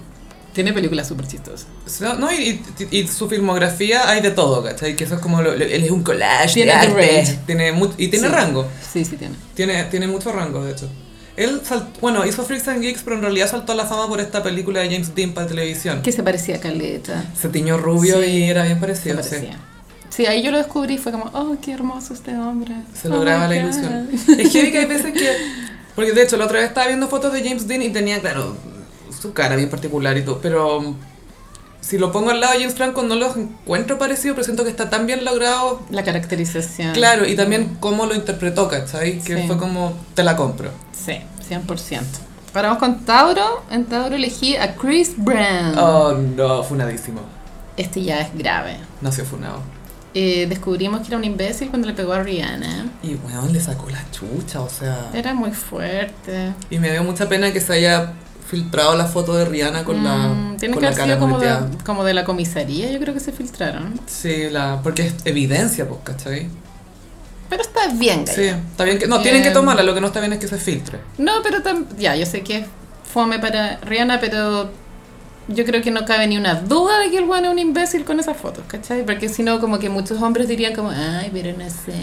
B: Tiene películas súper chistosas.
A: No, no, y, y- y su filmografía hay de todo, ¿cachai? Que eso es como, lo- lo- él es un collage
B: Tiene
A: de
B: the
A: arte,
B: range.
A: tiene mu- y tiene
B: Sí.
A: rango.
B: Sí, sí tiene.
A: Tiene, tiene mucho rango, de hecho. Él salt- bueno, hizo Freaks and Geeks, pero en realidad saltó a la fama por esta película de James Dean para televisión.
B: Que se parecía a Caleta.
A: Se tiñó rubio
B: Sí,
A: y era bien
B: Se
A: parecido. sí.
B: parecía. Sí, ahí yo lo descubrí, fue como, oh, qué hermoso este hombre.
A: Se
B: Oh
A: lograba
B: my
A: la
B: God.
A: ilusión. Es heavy que hay veces que.
B: <laughs>
A: Porque de hecho, la otra vez estaba viendo fotos de James Dean y tenía, claro, su cara bien particular y todo. Pero um, si lo pongo al lado de James Franco, no los encuentro parecido, pero siento que está tan bien logrado.
B: La caracterización.
A: Claro, y también cómo lo interpretó, ¿cachai? Que
B: Ah. Sí.
A: fue como, te la compro.
B: Sí, 100%. Ahora vamos con Tauro. En Tauro elegí a Chris Brown.
A: Oh, no, funadísimo.
B: Este ya es grave.
A: No se funado.
B: Eh, descubrimos que era un imbécil cuando le pegó a Rihanna.
A: Y weón, le sacó la chucha, o sea.
B: Era muy fuerte.
A: Y me dio mucha pena que se haya filtrado la foto de Rihanna con la.
B: Mm, tiene
A: con
B: que
A: la
B: haber sido como
A: moleteada.
B: de, como de la comisaría, yo creo que se filtraron.
A: Sí, la, porque es evidencia, pues, ¿cachai?
B: Pero está bien,
A: Sí,
B: Gaya.
A: está bien que... No, tienen que
B: Em.
A: tomarla, lo que no está bien es que se filtre.
B: No, pero tam- ya, yo sé que es fome para Rihanna, pero yo creo que no cabe ni una duda de que el bueno es un imbécil con esas fotos, ¿cachai? Porque si no, como que muchos hombres dirían como, ay, pero no sé.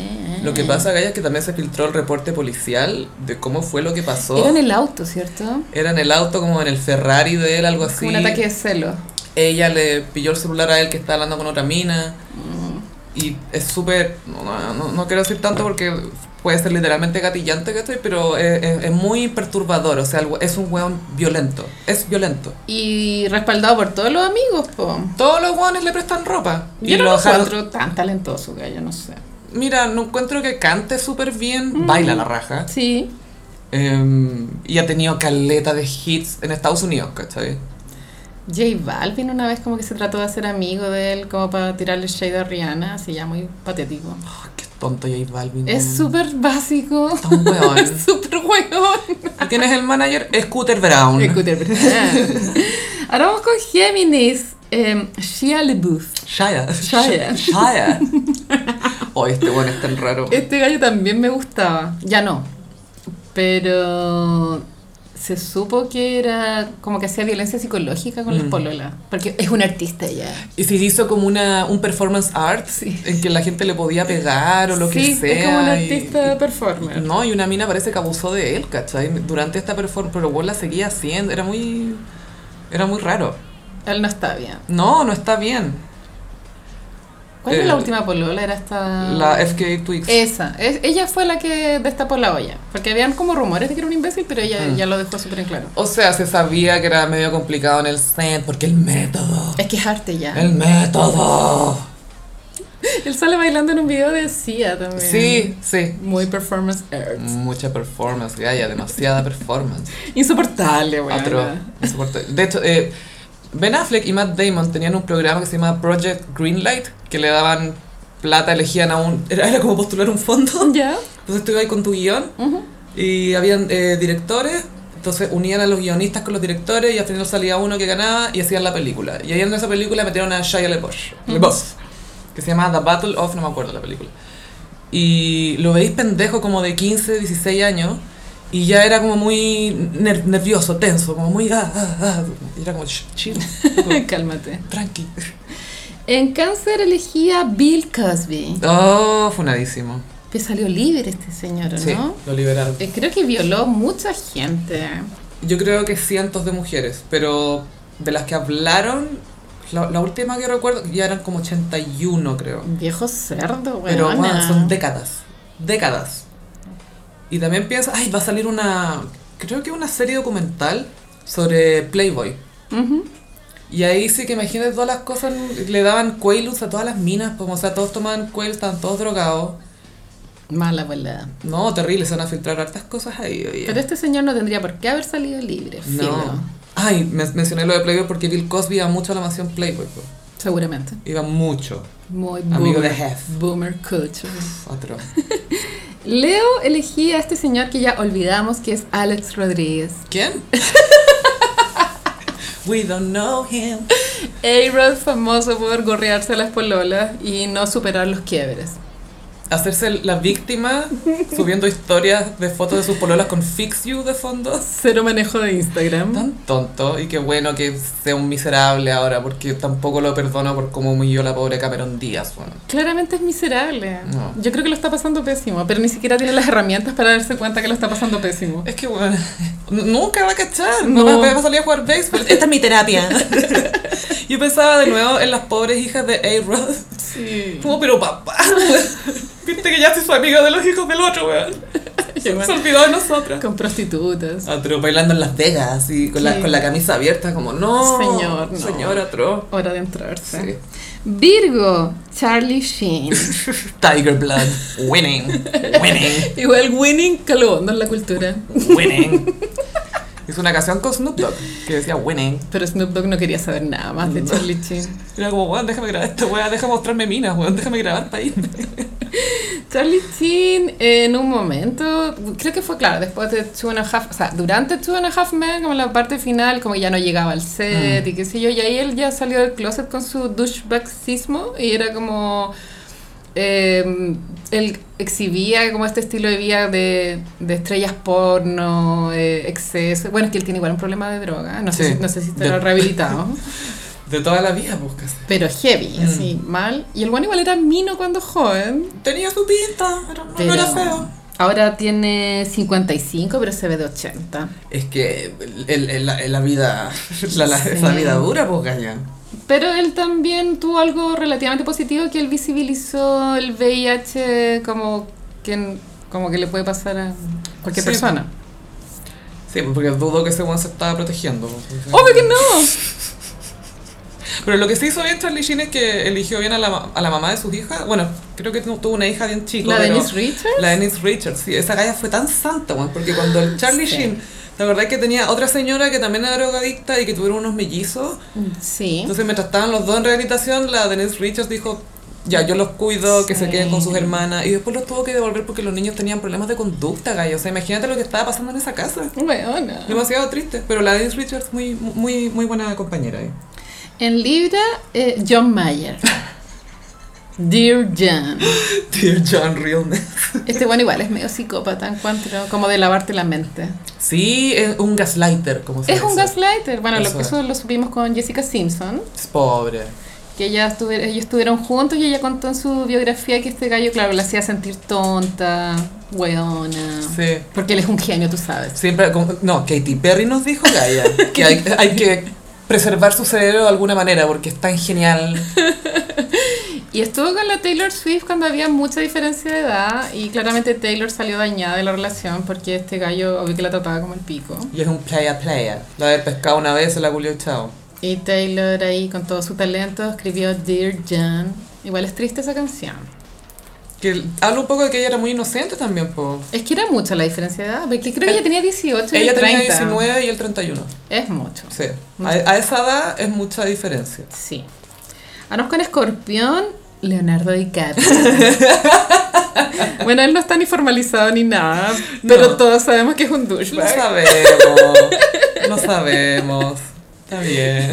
A: Lo
B: eh.
A: que pasa, Gaya, es que también se filtró el reporte policial de cómo fue lo que pasó.
B: Era en el auto, ¿cierto?
A: Era en el auto, como en el Ferrari de él, algo así.
B: Como un ataque de celo.
A: Ella le pilló el celular a él que estaba hablando con otra mina.
B: Mm.
A: Y es súper... No, no- no- no quiero decir tanto porque puede ser literalmente gatillante, ¿cachai? Pero es, es- es muy perturbador, o sea, el we- es un weón violento. Es violento.
B: Y respaldado por todos los amigos, po.
A: Todos los weones le prestan ropa.
B: Yo
A: y
B: no
A: lo
B: lo
A: dejaron-
B: encuentro tan talentoso, Gaya, no sé.
A: Mira, no encuentro que cante súper
B: Mm.
A: bien. Baila la raja.
B: Sí,
A: Em, y ha tenido caleta de hits en Estados Unidos, ¿cachai?
B: J Balvin una vez como que se trató de hacer amigo de él como para tirarle shade a Rihanna, así ya muy patético.
A: Ay, Ah, qué tonto J Balvin.
B: Es súper básico,
A: un weón.
B: es <laughs> súper hueón.
A: ¿Y quién es el manager? Scooter Brown.
B: Ahora vamos con Géminis, eh, Shia LaBeouf.
A: Shia.
B: Shia.
A: Shia. Oh, este bueno es tan raro.
B: Este gallo también me gustaba, ya no, pero se supo que era como que hacía violencia psicológica
A: Mm.
B: con las pololas, porque es un artista ya.
A: Y si hizo como una, un performance art
B: Sí.
A: en que la gente le podía pegar o lo
B: sí,
A: que sea.
B: es como un
A: y-
B: artista de
A: y-
B: performer.
A: no, y una mina parece que abusó de él, ¿cachai? Durante esta performance, pero vos la seguía haciendo, era muy... Era muy raro.
B: Él no está bien.
A: No, no está bien.
B: ¿Cuál fue
A: Eh,
B: la última polola? Era esta...
A: La FK Twix.
B: Esa. Es- ella fue la que destapó la olla. Porque habían como rumores de que era un imbécil, pero ella
A: Mm.
B: ya lo dejó súper en claro.
A: O sea, se sabía que era medio complicado en el set porque el método.
B: Es que es arte ya.
A: El método.
B: Él sale bailando en un video de Sia también.
A: Sí, sí.
B: Muy performance arts.
A: Mucha performance, Gaya, demasiada performance.
B: Insoportable, güey.
A: Otro. insoportable. De hecho, eh, Ben Affleck y Matt Damon tenían un programa que se llamaba Project Greenlight, que le daban plata, elegían a un... Era, era como postular un fondo.
B: Ya.
A: Entonces tú ibas con tu guión
B: Ujú.
A: y habían eh, directores, entonces unían a los guionistas con los directores y al final salía uno que ganaba y hacían la película. Y ahí en esa película metieron a Shia LaBeouf, LaBeouf, que se llama The Battle of, no me acuerdo la película. Y lo veis pendejo como de 15, 16 años y ya era como muy ner- nervioso, tenso, como muy... Ah, ah, ah. Y era como "Shh, chill, loco,
B: <laughs> Cálmate.
A: tranqui.
B: En cáncer elegía Bill Cosby.
A: Oh, funadísimo.
B: Que salió libre este señor, ¿o
A: Sí,
B: ¿no?
A: lo liberaron.
B: Eh, Creo que violó mucha gente.
A: Yo creo que cientos de mujeres, pero de las que hablaron, la, la última que recuerdo ya eran como 81, creo.
B: Viejo cerdo, güey.
A: Pero bueno, son décadas, décadas. Y también piensa, ay, va a salir una, creo que una serie documental sobre Playboy. Y ahí sí que imagínate todas las cosas, le daban Quaaludes a todas las minas, como, o sea, todos tomaban Quaaludes, estaban todos drogados.
B: Mala volada.
A: No, terrible, se van a filtrar hartas cosas ahí. oye.
B: Pero este señor no tendría por qué haber salido libre. filo.
A: No. Ay, men- mencioné lo de Playboy porque Bill Cosby iba mucho a la mansión Playboy. po.
B: Seguramente.
A: Iba mucho.
B: Muy
A: Amigo
B: boomer,
A: de Jeff.
B: boomer culture.
A: Otro.
B: Leo elegía a este señor que ya olvidamos que es Alex Rodríguez.
A: <laughs> ¿Quién? We don't know him.
B: A-Rod famoso por gorrearse a las pololas y no superar los quiebres.
A: hacerse la víctima subiendo historias de fotos de sus pololas con Fix You de fondo.
B: Cero manejo de Instagram.
A: Tan tonto y qué bueno que sea un miserable ahora porque tampoco lo perdono por cómo humilló la pobre Cameron Díaz. bueno.
B: Claramente es miserable.
A: No.
B: Yo creo que lo está pasando pésimo, pero ni siquiera tiene las herramientas para darse cuenta que lo está pasando pésimo.
A: Es que bueno, n- nunca va a cachar, no,
B: No.
A: va a salir a jugar béisbol. Esta es mi terapia. <laughs> Yo pensaba de nuevo en las pobres hijas de A-Rod.
B: <laughs> Sí.
A: Como, pero papá, viste que ya soy su amiga de los hijos del otro, weón. Se olvidó de nosotras.
B: Con prostitutas.
A: Atro Ah, bailando en Las Vegas y con, la,
B: Sí.
A: con la camisa abierta, como no,
B: Señor, no.
A: señor Atro.
B: Hora de entrarse.
A: Sí.
B: Virgo, Charlie Sheen.
A: Tiger Blood, winning, winning,
B: <laughs> Igual winning calobondo en la cultura.
A: winning. Hizo una canción con Snoop Dogg que decía winning.
B: Pero Snoop Dogg no quería saber nada más de Charlie Sheen.
A: Era como, weón, déjame grabar esta weá, déjame mostrarme minas, weón, déjame grabar para irme.
B: Charlie Sheen en un momento, creo que fue claro, después de Two and a Half, o sea, durante Two and a Half Men, como la parte final, como ya no llegaba al
A: Mm.
B: set y qué sé yo, y ahí él ya salió del closet con su douchebagsismo y era como... eh, él exhibía como este estilo de vida de, de estrellas porno, eh, exceso. Bueno, es que él tiene igual un problema de droga, no sé,
A: Sí.
B: si, no sé si
A: De-
B: estará
A: <laughs>
B: rehabilitado.
A: De toda la vida, pues, buscas.
B: Pero heavy,
A: Mm.
B: así, mal. Y el bueno igual era mino cuando joven.
A: Tenía su pinta, pero no, no era
B: Pero
A: feo.
B: Ahora tiene 55, pero se ve de 80.
A: Es que el- el- la, la vida, la, la-
B: Sí.
A: esa vida dura, pues, cañón.
B: Pero él también tuvo algo relativamente positivo que él visibilizó el VIH como que, como que le puede pasar a cualquier
A: Sí.
B: persona.
A: Sí, pues, porque dudo que ese weón se estaba protegiendo. pues.
B: ¡Obvio que no!
A: Pero lo que sí hizo bien Charlie Sheen es que eligió bien a la, ma- a la mamá de sus hijas. Bueno, creo que tu- tuvo una hija bien chica.
B: ¿La
A: pero-
B: Denise Richards?
A: La Denise Richards, sí. Esa galla fue tan santa, weón, porque cuando el Charlie
B: Sí.
A: Sheen, la verdad es que tenía otra señora que también era drogadicta y que tuvieron unos mellizos.
B: Sí.
A: Entonces, mientras estaban los dos en rehabilitación, la Denise Richards dijo, ya, yo los cuido, que se
B: Sí.
A: queden con sus hermanas. Y después los tuvo que devolver porque los niños tenían problemas de conducta, gallo. O sea, imagínate lo que estaba pasando en esa casa.
B: Weona.
A: Demasiado triste. Pero la Denise Richards, muy, muy, muy buena compañera. ¿eh? <laughs>
B: En Libra, eh, John Mayer. Dear John.
A: Dear John Realness.
B: Este bueno igual es medio psicópata, encuentro, como de lavarte la mente.
A: Sí, es un gaslighter, como se
B: Es un
A: dice.
B: gaslighter. Bueno, lo-
A: Eso
B: eso,
A: es.
B: lo supimos con Jessica Simpson,
A: Es pobre.
B: que ella estuvi- ellos estuvieron juntos y ella contó en su biografía que este gallo, claro, la hacía sentir tonta, weona.
A: Sí.
B: Porque él es un genio, tú sabes.
A: Siempre, como- no, Katy Perry nos dijo
B: <laughs>
A: Gaia, que hay, hay que preservar su cerebro de alguna manera porque es tan genial.
B: Y estuvo con la Taylor Swift cuando había mucha diferencia de edad y claramente Taylor salió dañada de la relación porque este gallo, obvio que la trataba como el pico.
A: Y es un playa playa. La haber pescado una vez se la culió y chao.
B: Y Taylor ahí con todo su talento escribió Dear John. Igual es triste esa canción.
A: Que habla un poco de que ella era muy inocente también, po.
B: Es que era mucha la diferencia de edad, porque creo que ella tenía 18 y
A: Ella
B: él
A: tenía
B: 30.
A: 19 y él 31.
B: Es mucho.
A: Sí. A, a esa edad es mucha diferencia.
B: Sí. Vamos con Escorpión,
A: <laughs>
B: Leonardo DiCaprio. bueno, él no está ni formalizado ni nada, pero
A: No.
B: todos sabemos que es un
A: Lo
B: douchebag.
A: sabemos. Lo sabemos. Está bien.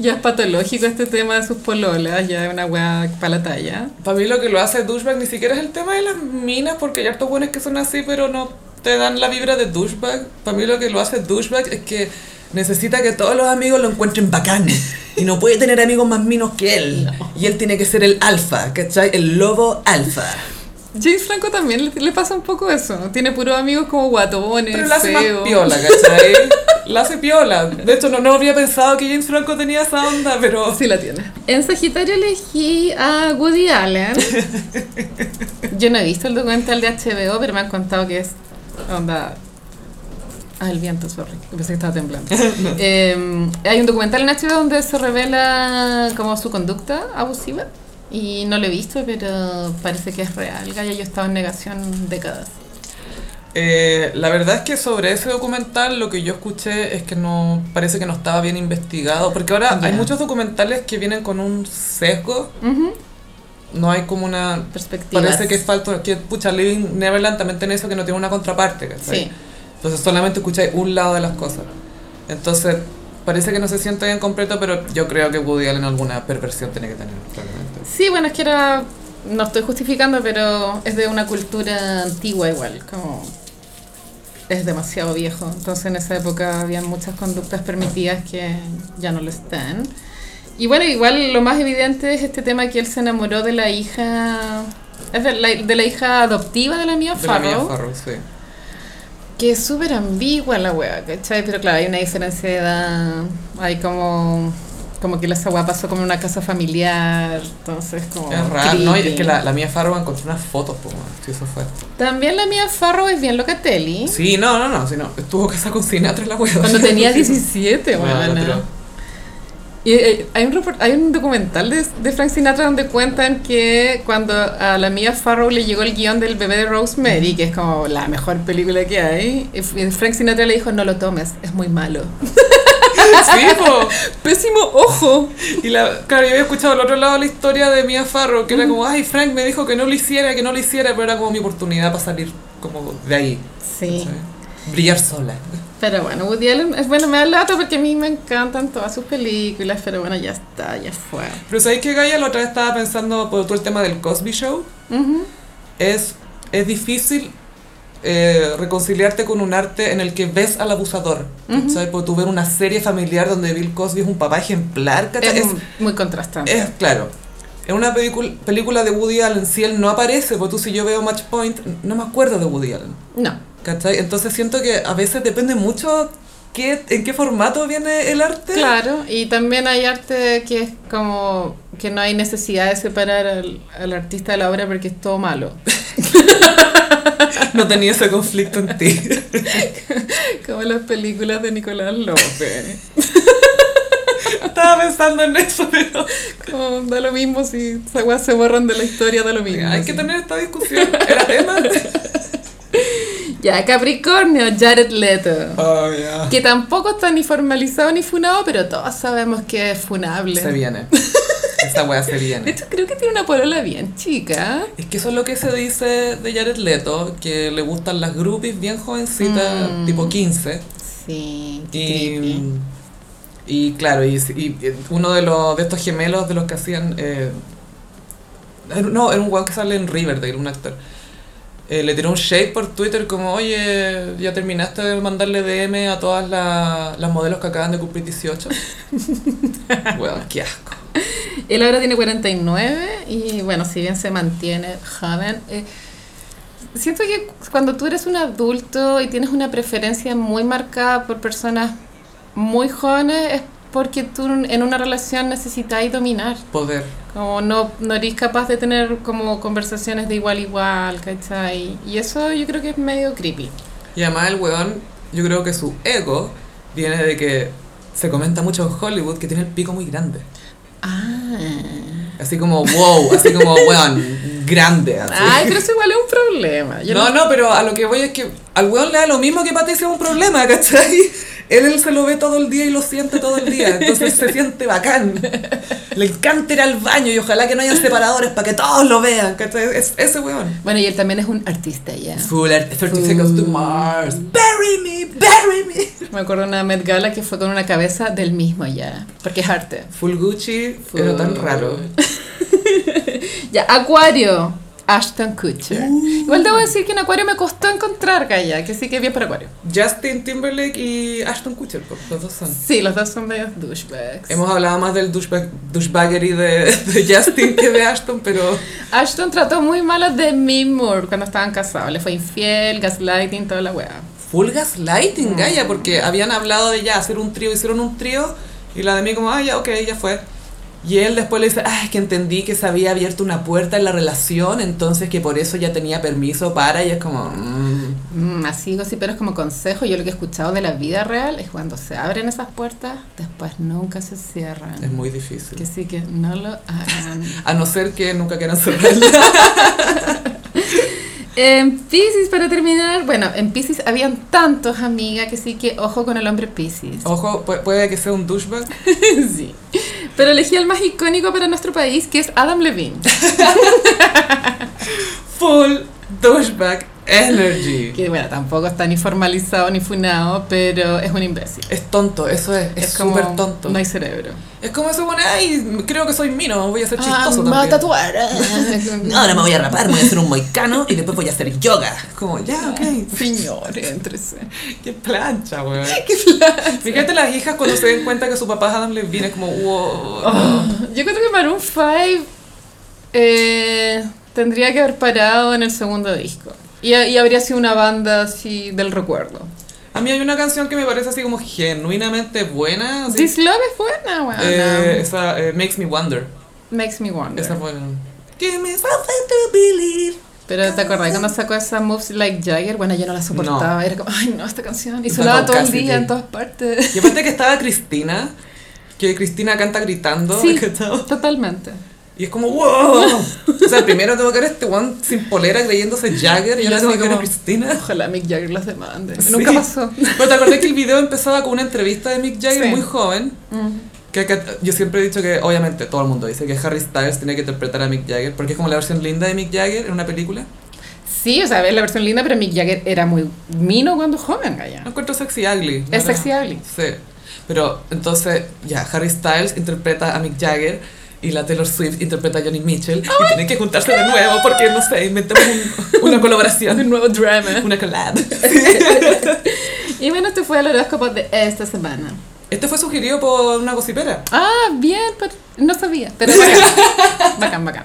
B: Ya es patológico este tema de sus pololas, ya es una weá para la talla.
A: Para mí lo que lo hace douchebag ni siquiera es el tema de las minas, porque hay hartos buenos que son así, pero no te dan la vibra de douchebag. Para mí lo que lo hace douchebag es que necesita que todos los amigos lo encuentren bacán. Y no puede tener amigos más minos que él. Y él tiene que ser el alfa, ¿cachai? El lobo alfa.
B: James Franco también le, le pasa un poco eso. Tiene puros amigos como guatones,
A: Pero la hace más
B: feos.
A: piola, ¿cachai? La hace piola. De hecho, no, no había pensado que James Franco tenía esa onda, pero...
B: Sí la tiene. En Sagitario elegí a Woody <laughs> Allen. Yo no he visto el documental de HBO, pero me han contado que es onda... Ah, el viento, sorry. Pensé que estaba temblando. <laughs> Eh, hay un documental en HBO donde se revela como su conducta abusiva. Y no lo he visto, pero parece que es real. Gaya, yo he estado en negación décadas.
A: Eh, la verdad es que sobre ese documental lo que yo escuché es que no parece que no estaba bien investigado, porque ahora
B: Ya.
A: hay muchos documentales que vienen con un sesgo,
B: Ujú.
A: no hay como una...
B: Perspectivas.
A: Parece que falta, que pucha, Living Neverland también tiene eso que no tiene una contraparte, ¿cachai?
B: Sí.
A: Entonces solamente escucháis un lado de las cosas. Entonces parece que no se siente bien completo, pero yo creo que Woody Allen alguna perversión tiene que tener, claramente.
B: Sí, bueno, es que era no estoy justificando, pero es de una cultura antigua igual, como es demasiado viejo. Entonces en esa época había muchas conductas permitidas que ya no lo están. Y bueno, igual lo más evidente es este tema que él se enamoró de la hija, es de la, de la hija adoptiva de la mía
A: De la Mia
B: Farrow.
A: Farrow, sí.
B: Que es súper ambigua la wea, ¿cachai? Pero claro, hay una diferencia de edad, hay como, como que la esa wea pasó como en una casa familiar, entonces como...
A: Es raro, ¿no? Y es
B: creepy.
A: que la, la mía Farrow encontró unas fotos, pues, si eso fue.
B: También la mía Farrow es bien locatelli,
A: Sí, no, no, no, sí, no. Estuvo casada con Sinatra la hueá.
B: cuando
A: <laughs>
B: tenía 17,
A: Bueno,
B: weona.
A: la tiró.
B: Y eh, hay, un report- hay un documental de, de Frank Sinatra donde cuentan que cuando a la Mia Farrow le llegó el guión del bebé de Rosemary, que es como la mejor película que hay, y F- Frank Sinatra le dijo, no lo tomes, es muy malo.
A: Sí, po.
B: Pésimo ojo.
A: Y la, claro, yo había escuchado al otro lado la historia de Mia Farrow, que era como, ay, Frank me dijo que no lo hiciera, que no lo hiciera, pero era como mi oportunidad para salir como de ahí.
B: Sí,
A: ¿sabes? Brillar sola.
B: pero bueno, Woody Allen es bueno, me da lata porque a mí me encantan todas sus películas, pero bueno, ya está, ya fue.
A: Pero ¿sabéis que Gaia la otra vez estaba pensando por todo el tema del Cosby Show?
B: Ujú.
A: Es, es difícil eh, reconciliarte con un arte en el que ves al abusador. ¿Sabes? Porque tú ver una serie familiar donde Bill Cosby es un papá ejemplar, ¿cachai?
B: Es
A: Es-
B: muy contrastante.
A: Es claro. En una pelicul- película de Woody Allen, si él no aparece, pues tú si yo veo Match Point, no me acuerdo de Woody Allen.
B: No,
A: ¿Cachai? Entonces siento que a veces depende mucho qué, en qué formato viene el arte.
B: Claro, y también hay arte que es como que no hay necesidad de separar al, al artista de la obra porque es todo malo. <laughs>
A: No tenía ese conflicto en
B: <laughs>
A: ti.
B: Como las películas de Nicolás López.
A: Estaba pensando en eso, pero
B: Como da lo mismo si esas weas se borran de la historia, da lo mismo.
A: hay que
B: sí.
A: tener esta discusión. ¿Era tema?
B: Ya, Capricornio, Jared Leto.
A: Oh, ya.
B: Que tampoco está ni formalizado ni funado, pero todos sabemos que es funable.
A: Se viene. Esta wea se
B: De
A: viene.
B: hecho, creo que tiene una polola bien chica.
A: Es que eso es lo que se dice de Jared Leto, que le gustan las groupies bien jovencitas,
B: Mm.
A: tipo 15.
B: Sí, qué creepy.
A: Y, y claro, y, y- y uno de los de estos gemelos de los que hacían. eh, era- no, era un guau que sale en Riverdale, un actor. Eh, le tiró un shade por Twitter como, oye, ya terminaste de mandarle DM a todas la- las modelos que acaban de cumplir 18. Weón, qué asco.
B: Él ahora tiene 49 y bueno, si bien se mantiene joven, eh, siento que cuando tú eres un adulto y tienes una preferencia muy marcada por personas muy jóvenes es porque tú en una relación necesitas dominar,
A: Poder.
B: como no, no eres capaz de tener como conversaciones de igual a igual, ¿cachai? Y eso yo creo que es medio creepy.
A: Y además el weón, yo creo que su ego viene de que se comenta mucho en Hollywood que tiene el pico muy grande.
B: Ah.
A: Así como, wow, así como, weón, grande. Así.
B: Ay, pero eso igual es un problema. Yo
A: no, no, pero a lo que voy es que al weón le da lo mismo que Patricia un problema, <laughs> ¿cachai? Él, él se lo ve todo el día y lo siente todo el día, entonces se siente bacán. Le encanta ir al baño y ojalá que no haya separadores para que todos lo vean, ¿cachai? Es, ese weón.
B: Bueno, y él también es un artista ya.
A: Full art- 30 seconds to Mars. Bury me, bury me.
B: Me acuerdo una Met Gala que fue con una cabeza del mismo ya, porque es arte.
A: Full Gucci, pero tan raro.
B: Ya, Acuario, Ashton Kutcher.
A: Uh.
B: Igual debo decir que en Acuario me costó encontrar Gaia, que sí que bien para Acuario.
A: Justin Timberlake y Ashton Kutcher, po, los dos son.
B: Sí, los dos son medios douchebags.
A: Hemos hablado más del douchebag, douchebaggery de, de Justin que de Ashton, pero...
B: Ashton trató muy mal a Demi Moore cuando estaban casados. Le fue infiel, gaslighting, toda la weá.
A: Full
B: Mm.
A: gaslighting, Gaia, porque habían hablado de ya hacer un trío, hicieron un trío, y la de mí como, ah, ya, ok, ya fue. Y él después le dice, ah, es que entendí que se había abierto una puerta en la relación, entonces que por eso ya tenía permiso para, y es como, mm,
B: Mm, así, sí, pero es como consejo. Yo lo que he escuchado de la vida real es cuando se abren esas puertas, después nunca se cierran.
A: es muy
B: Que
A: difícil.
B: sí que no lo hagan.
A: A no ser que nunca quieran
B: <laughs>
A: cerrarla.
B: En Pisces, para terminar, bueno, en Pisces habían tantos, amiga, que sí que ojo con el hombre Pisces.
A: Ojo, pu- puede que sea un douchebag.
B: <laughs> sí. Pero elegí el más icónico para
A: <laughs>
B: nuestro país, que es Adam Levine.
A: Full douchebag Energy.
B: Que bueno, tampoco está ni formalizado ni funado, pero es un imbécil.
A: Es tonto, eso es, es
B: como,
A: súper tonto.
B: No hay cerebro.
A: Es como eso, bueno, ay, creo que soy mino, voy a ser
B: Ah,
A: chistoso
B: me va a
A: también.
B: tatuar. <laughs>
A: Ahora me voy a rapar, me voy a hacer un moicano y después voy a hacer yoga. Como, ya, ok.
B: Señor, entrese.
A: <laughs> Qué plancha, weón. <laughs> Qué plancha. Fíjate las hijas cuando se den cuenta que su papá es Adam Levine, es como, wow.
B: Yo creo que Maroon 5 eh, tendría que haber parado en el segundo disco. Y, y habría sido una banda así del recuerdo.
A: A mí hay una canción que me parece así como genuinamente buena. así,
B: This Love es buena, weón.
A: eh, esa, eh, Makes Me Wonder.
B: Makes me wonder.
A: Esa fue. um, Give me something to believe.
B: Pero ¿te acordás cuando sacó esa Moves Like Jagger? Bueno, yo no la soportaba. Era como, ay, no, esta canción. Y
A: Esa
B: sonaba todo el
A: Cassidy.
B: día en todas partes. <laughs>
A: Y aparte que estaba Cristina, que Cristina canta gritando. <laughs>
B: Sí,
A: ¿cachai?
B: totalmente.
A: Y es como, wow. O sea, primero tengo que ver a este one sin polera creyéndose Jagger y
B: Y
A: ahora
B: yo
A: tengo
B: así
A: que ver a
B: como-
A: Cristina.
B: Ojalá Mick Jagger las demande.
A: Sí.
B: Nunca
A: <laughs>
B: pasó.
A: Pero te acordás que el video empezaba con una entrevista de Mick Jagger
B: Sí.
A: muy joven.
B: Mm.
A: Que, que- yo siempre he dicho que, obviamente, todo el mundo dice que Harry Styles tenía que interpretar a Mick Jagger porque es como la versión linda de Mick Jagger en una película.
B: Sí, o sea, es la versión linda, pero Mick Jagger era muy mino cuando joven,
A: No
B: Gaya.
A: encuentro sexy ugly. ¿no?
B: Es sexy ugly.
A: Sí. Pero entonces, ya, Harry Styles interpreta a Mick Jagger y la Taylor Swift interpreta a Johnny Mitchell y tienen que juntarse de nuevo porque, no sé, inventamos un- una
B: Un
A: colaboración,
B: nuevo drama.
A: una
B: <laughs>
A: collab.
B: Y bueno, este fue el horóscopo de esta semana.
A: Este fue sugerido por una gocipera.
B: Ah, bien, pero no sabía. Pero
A: <laughs>
B: bacán, bacán, bacán.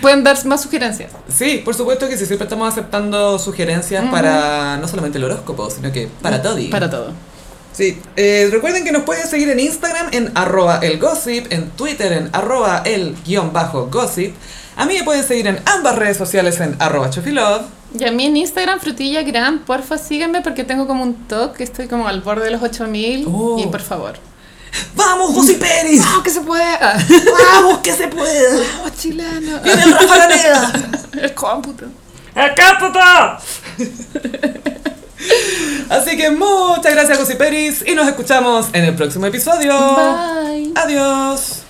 B: Pueden dar más sugerencias.
A: Sí, por supuesto que sí, siempre estamos aceptando sugerencias para no solamente el horóscopo, sino que para todo.
B: Mm, Para todo.
A: Sí, eh, recuerden que nos pueden seguir en Instagram en arroba el gossip, en Twitter en arroba el guión bajo gossip. A mí me pueden seguir en ambas redes sociales en arroba chofilove.
B: Y a mí en Instagram, frutillagram, porfa síganme porque tengo como un toque, estoy como al borde de los 8000
A: Oh.
B: y por favor.
A: ¡Vamos, gossiperis!
B: <laughs> ¡No, que se puede! Ah.
A: ¡Vamos, que se puede!
B: ¡Vamos, chileno!
A: ¡Viene el Rafa Araneda!
B: <laughs> El cómputo.
A: ¡Acá, puta! <laughs> Así que muchas gracias, gossiperis, y nos escuchamos en el próximo episodio.
B: Bye.
A: Adiós.